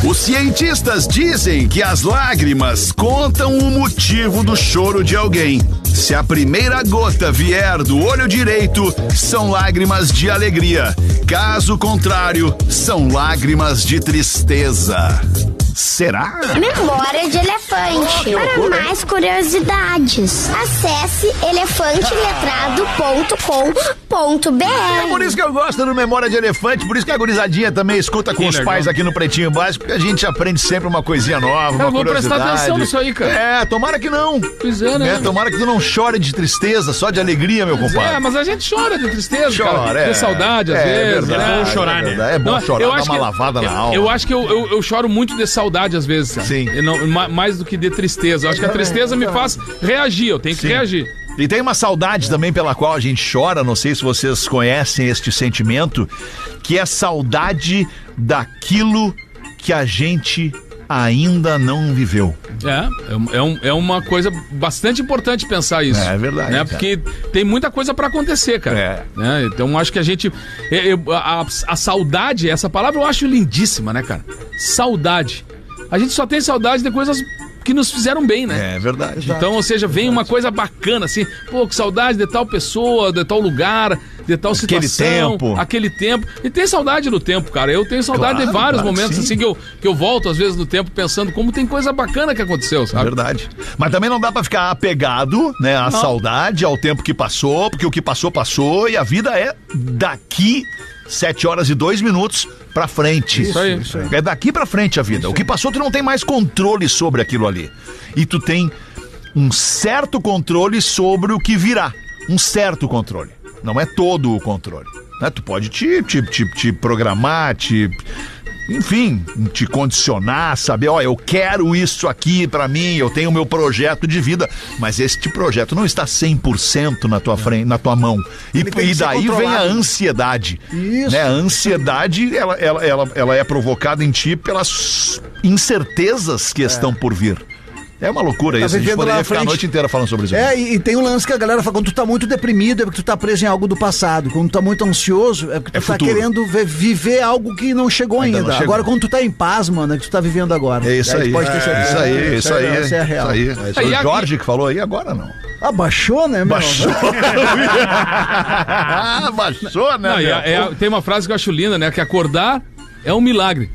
Speaker 12: Os cientistas dizem que as lágrimas contam o motivo do choro de alguém. Se a primeira gota vier do olho direito, são lágrimas de alegria. Caso contrário, são lágrimas de tristeza. Será?
Speaker 8: Né?
Speaker 10: Memória de elefante. Para mais curiosidades, acesse
Speaker 1: É por
Speaker 10: elefanteletrado.com.br.
Speaker 1: isso que eu gosto do Memória de Elefante, por isso que a gurizadinha também escuta com
Speaker 8: Que
Speaker 1: os
Speaker 8: legal.
Speaker 1: pais aqui no Pretinho Básico, porque a gente aprende sempre uma coisinha nova, uma
Speaker 8: Eu vou prestar
Speaker 1: curiosidade.
Speaker 8: atenção nisso aí, cara.
Speaker 1: É, tomara que não.
Speaker 8: Pois é, né?
Speaker 1: Né? Tomara que tu não chore de tristeza, só de alegria, meu
Speaker 8: Mas É,
Speaker 1: compadre.
Speaker 8: mas a gente chora de tristeza,
Speaker 1: Chora,
Speaker 8: cara.
Speaker 1: é.
Speaker 8: Tem saudade, às
Speaker 1: É, é
Speaker 8: vezes.
Speaker 1: verdade,
Speaker 8: né?
Speaker 3: Vamos chorar,
Speaker 1: é
Speaker 3: né?
Speaker 1: verdade. É bom
Speaker 8: Não,
Speaker 1: chorar,
Speaker 8: eu
Speaker 1: dar
Speaker 8: acho
Speaker 1: uma
Speaker 8: que-
Speaker 1: lavada
Speaker 8: eu,
Speaker 1: na alma.
Speaker 8: Eu acho que eu, eu, eu choro muito de saudade às vezes, cara.
Speaker 1: Sim.
Speaker 8: Eu não- ma- mais do que de tristeza. Eu acho que a tristeza me faz reagir, eu tenho que reagir.
Speaker 1: E tem uma saudade também pela qual a gente chora, não sei se vocês conhecem este sentimento, que é saudade daquilo que a gente ainda não viveu.
Speaker 8: É, é um- é, um- é uma coisa bastante importante pensar isso.
Speaker 1: É verdade,
Speaker 8: Né?
Speaker 1: cara.
Speaker 8: Porque tem muita coisa pra acontecer, cara.
Speaker 1: É.
Speaker 8: Né? Então acho que a gente. é, eu- a, a saudade, essa palavra eu acho lindíssima, né, cara? Saudade. A gente só tem saudade de coisas que nos fizeram bem, né?
Speaker 1: É verdade.
Speaker 8: Então, ou seja, vem uma coisa bacana, assim, pô, que saudade de tal pessoa, de tal lugar, de tal
Speaker 1: Aquele
Speaker 8: situação.
Speaker 1: tempo.
Speaker 8: Aquele tempo. E tem saudade do tempo, cara. Eu tenho saudade
Speaker 1: Claro,
Speaker 8: de vários
Speaker 1: claro que
Speaker 8: momentos,
Speaker 1: sim.
Speaker 8: assim, que eu, que eu volto, às vezes, no tempo, pensando como tem coisa bacana que aconteceu,
Speaker 1: É
Speaker 8: sabe?
Speaker 1: Verdade. Mas também não dá pra ficar apegado, né, à saudade, ao tempo que passou, porque o que passou, passou e a vida é daqui 7 horas e 2 minutos pra frente.
Speaker 8: Isso aí.
Speaker 1: É daqui pra frente a vida. o que passou, tu não tem mais controle sobre aquilo ali. E tu tem um certo controle sobre o que virá. Um certo controle. Não é todo o controle. né? Tu pode te, te, te, te programar, te. Enfim, te condicionar, saber, ó, eu quero isso aqui pra mim, eu tenho meu projeto de vida, mas este projeto não está 100% na tua frente, na tua mão. E,
Speaker 7: tem
Speaker 1: e
Speaker 7: que ser
Speaker 1: daí vem a
Speaker 7: controlado. né?
Speaker 1: ansiedade.
Speaker 7: Isso.
Speaker 1: Né? A ansiedade, ela, ela, ela, ela é provocada em ti pelas incertezas que estão por vir. É uma loucura isso. A gente
Speaker 7: Tá vivendo lá
Speaker 1: poderia
Speaker 7: na
Speaker 1: ficar a
Speaker 7: frente.
Speaker 1: noite inteira falando sobre isso.
Speaker 7: É, e, e tem um lance que a galera fala, quando tu tá muito deprimido é porque tu tá preso em algo do passado. Quando tu tá muito ansioso é porque tu
Speaker 1: É
Speaker 7: tá
Speaker 1: futuro.
Speaker 7: querendo ver- viver algo que não chegou
Speaker 1: Ainda
Speaker 7: ainda.
Speaker 1: não chegou.
Speaker 7: Agora, quando tu tá em paz, mano, é que tu tá vivendo agora.
Speaker 1: É isso
Speaker 7: tu
Speaker 1: aí.
Speaker 7: Pode ter certeza.
Speaker 1: isso aí, isso aí.
Speaker 7: Essa é a real.
Speaker 1: Isso aí. Foi
Speaker 8: E
Speaker 1: o
Speaker 8: aqui-
Speaker 1: Jorge que falou aí agora, não.
Speaker 7: Abaixou, né, meu?
Speaker 1: Baixou. Baixou, né?
Speaker 8: Não, e
Speaker 1: meu?
Speaker 8: a- é a- tem uma frase que eu acho linda, né? Que acordar é um milagre.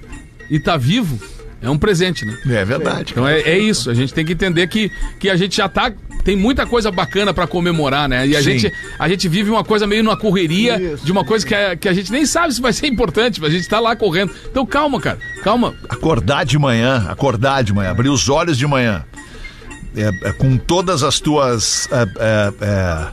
Speaker 8: E tá vivo é um presente, né?
Speaker 1: É verdade.
Speaker 8: Então é, é isso, a gente tem que entender que, que a gente já tá. Tem muita coisa bacana pra comemorar, né? E a
Speaker 1: Sim.
Speaker 8: gente, a gente vive uma coisa meio numa correria de uma coisa que a, que a gente nem sabe se vai ser importante, mas a gente tá lá correndo. Então calma, cara, calma.
Speaker 1: Acordar de manhã, acordar de manhã, abrir os olhos de manhã. É, é, com todas as tuas é, é, é,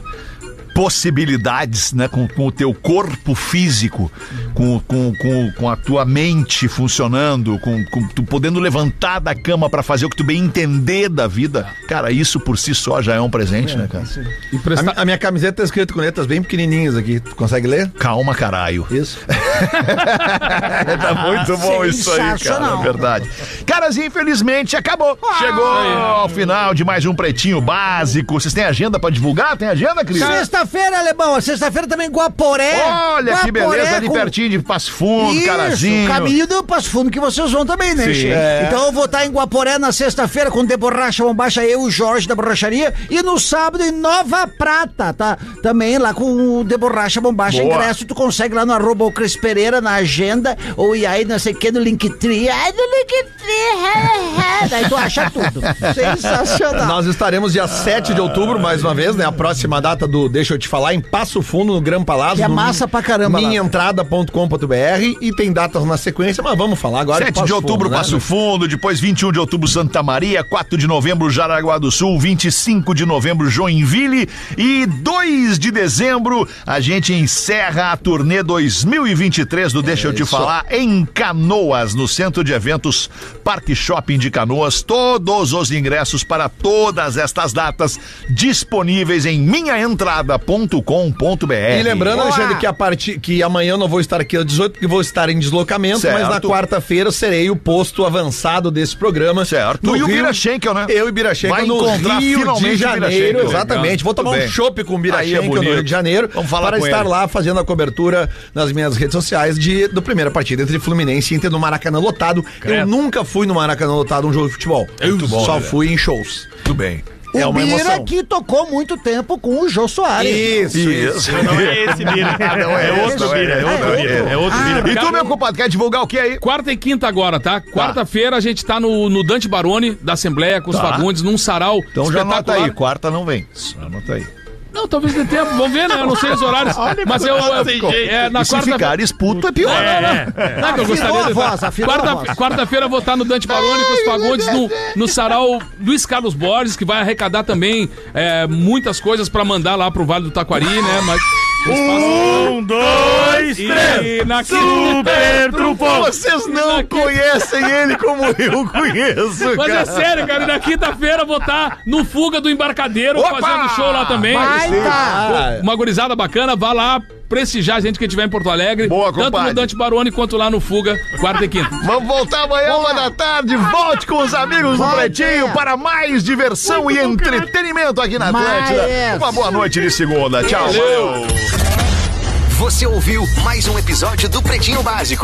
Speaker 1: possibilidades, né? Com, com o teu corpo físico, com, com, com, com a tua mente funcionando, com, com tu podendo levantar da cama pra fazer o que tu bem entender da vida. Cara, isso por si só já é um presente, né, cara?
Speaker 8: E
Speaker 4: A, mi-
Speaker 8: prestar...
Speaker 4: a minha camiseta tá escrito com letras bem pequenininhas aqui. Tu consegue ler?
Speaker 1: Calma, caralho.
Speaker 4: Isso.
Speaker 1: Tá
Speaker 7: Ah,
Speaker 1: muito bom isso aí, cara. É
Speaker 13: Sensacional.
Speaker 1: verdade. Caras, infelizmente, acabou.
Speaker 7: Ah.
Speaker 1: Chegou ao final de mais um Pretinho Básico. Vocês têm agenda pra divulgar? Tem agenda, Cris?
Speaker 7: Sexta-feira, Alemão. Sexta-feira também Guaporé.
Speaker 1: Olha que
Speaker 7: Guaporé
Speaker 1: beleza, ali
Speaker 7: é com-
Speaker 1: pertinho de Passo Fundo,
Speaker 7: Isso,
Speaker 1: Carazinho.
Speaker 7: o caminho do Passo Fundo que vocês vão também, né,
Speaker 1: Sim.
Speaker 7: Che?
Speaker 1: É.
Speaker 7: Então eu vou estar em Guaporé na sexta-feira com De Borracha Bombacha, eu e o Jorge da Borracharia. E no sábado em Nova Prata, tá? Também lá com o De Borracha Bombacha.
Speaker 1: Boa.
Speaker 7: Ingresso tu consegue lá no arroba o Cris Pereira, na agenda, ou e aí não sei o que, no Linktree. Ai, no Linktree, daí tu acha tudo. Sensacional.
Speaker 4: Nós estaremos dia 7 de outubro, mais uma vez, né? A próxima data do Deixa Eu Te Falar, em Passo Fundo, no Gran Palácio.
Speaker 7: Que é
Speaker 4: no
Speaker 7: massa pra caramba lá.
Speaker 4: Minhaentrada.com.br e tem datas na sequência, mas vamos falar agora.
Speaker 1: 7 de
Speaker 4: Passo
Speaker 1: outubro,
Speaker 4: Fundo, né?
Speaker 1: Passo Fundo, depois 21 de outubro, Santa Maria, 4 de novembro, Jaraguá do Sul, 25 de novembro, Joinville e 2 de dezembro, a gente encerra a turnê 2023 do Deixa Eu Te Falar em Canoas, no Centro de Eventos Parque Shopping de Canoas. Todos os ingressos para todas estas datas disponíveis em minhaentrada.com.br atlântida.com.br.
Speaker 4: E lembrando, Alexandre, que, a partir, que amanhã eu não vou estar aqui às 18, porque vou estar em deslocamento, mas na
Speaker 1: Certo.
Speaker 4: quarta-feira serei o posto avançado desse programa.
Speaker 1: Certo. Tu e o Bira Schenkel, né?
Speaker 4: Eu e o Bira Schenkel
Speaker 1: Vai
Speaker 4: no
Speaker 1: encontrar
Speaker 4: Rio
Speaker 1: finalmente
Speaker 4: de
Speaker 1: o Bira
Speaker 4: Janeiro.
Speaker 1: Schenkel.
Speaker 4: Exatamente. Vou tomar
Speaker 1: Tudo
Speaker 4: um
Speaker 1: bem.
Speaker 4: chopp com o Bira
Speaker 1: Aí é
Speaker 4: Schenkel no
Speaker 1: bonito.
Speaker 4: Rio de Janeiro.
Speaker 1: Vamos falar
Speaker 4: para
Speaker 1: com
Speaker 4: estar
Speaker 1: ele.
Speaker 4: lá fazendo a cobertura nas minhas redes sociais de, do primeira partida entre Fluminense e Inter no Maracanã lotado. Eu nunca fui no Maracanã lotado um jogo de futebol.
Speaker 1: É
Speaker 4: Muito bom, Só fui em shows.
Speaker 1: né? Tudo bem.
Speaker 4: É
Speaker 6: o
Speaker 4: uma
Speaker 6: Bira
Speaker 4: emoção.
Speaker 6: que tocou muito tempo com o Jô Soares.
Speaker 4: Isso, isso.
Speaker 3: Não é esse Bira. é, outro Bira. É outro Bira. É outro Bira.
Speaker 1: E tu, meu compadre, quer divulgar o que aí?
Speaker 8: Quarta e quinta agora, tá? Quarta-feira a gente tá no, no Dante Baroni, da Assembleia, com os Fagundes, num sarau
Speaker 1: Tá. Então já anota
Speaker 8: espetacular.
Speaker 1: aí, quarta não vem. Anota aí.
Speaker 8: Não, talvez dê tempo, vamos ver, né? Eu não sei os horários. mas eu, eu é, na
Speaker 1: E se
Speaker 8: quarta-feira.
Speaker 1: ficares puto, é pior.
Speaker 8: Não, É. que eu gostaria de
Speaker 6: a voz,
Speaker 8: estar.
Speaker 6: afinou a voz.
Speaker 8: Quarta- Quarta-feira vou estar no Dante Baroni com os Fagundes no, no sarau Luiz Carlos Borges, que vai arrecadar também é, muitas coisas pra mandar lá pro Vale do Taquari, né? Mas.
Speaker 5: Um, dois,
Speaker 8: E,
Speaker 5: três.
Speaker 8: e na
Speaker 5: Super trufão.
Speaker 1: Vocês não conhecem ele como eu conheço,
Speaker 8: Mas
Speaker 1: cara.
Speaker 8: é sério, cara, e na quinta-feira eu vou estar no Fuga do Embarcadeiro
Speaker 1: Opa!
Speaker 8: fazendo show lá também.
Speaker 6: Baita.
Speaker 8: Uma gurizada bacana, vá lá prestigiar a gente que estiver em Porto Alegre.
Speaker 1: Boa,
Speaker 8: tanto
Speaker 1: compadre.
Speaker 8: no Dante Baroni quanto lá no Fuga, quarta e quinta.
Speaker 1: Vamos voltar amanhã, uma da tarde. Volte com os amigos do Pretinho para mais diversão e entretenimento aqui na
Speaker 6: Mais.
Speaker 1: Atlântida. Uma boa noite de segunda. Tchau. Valeu.
Speaker 14: Você ouviu mais um episódio do Pretinho Básico.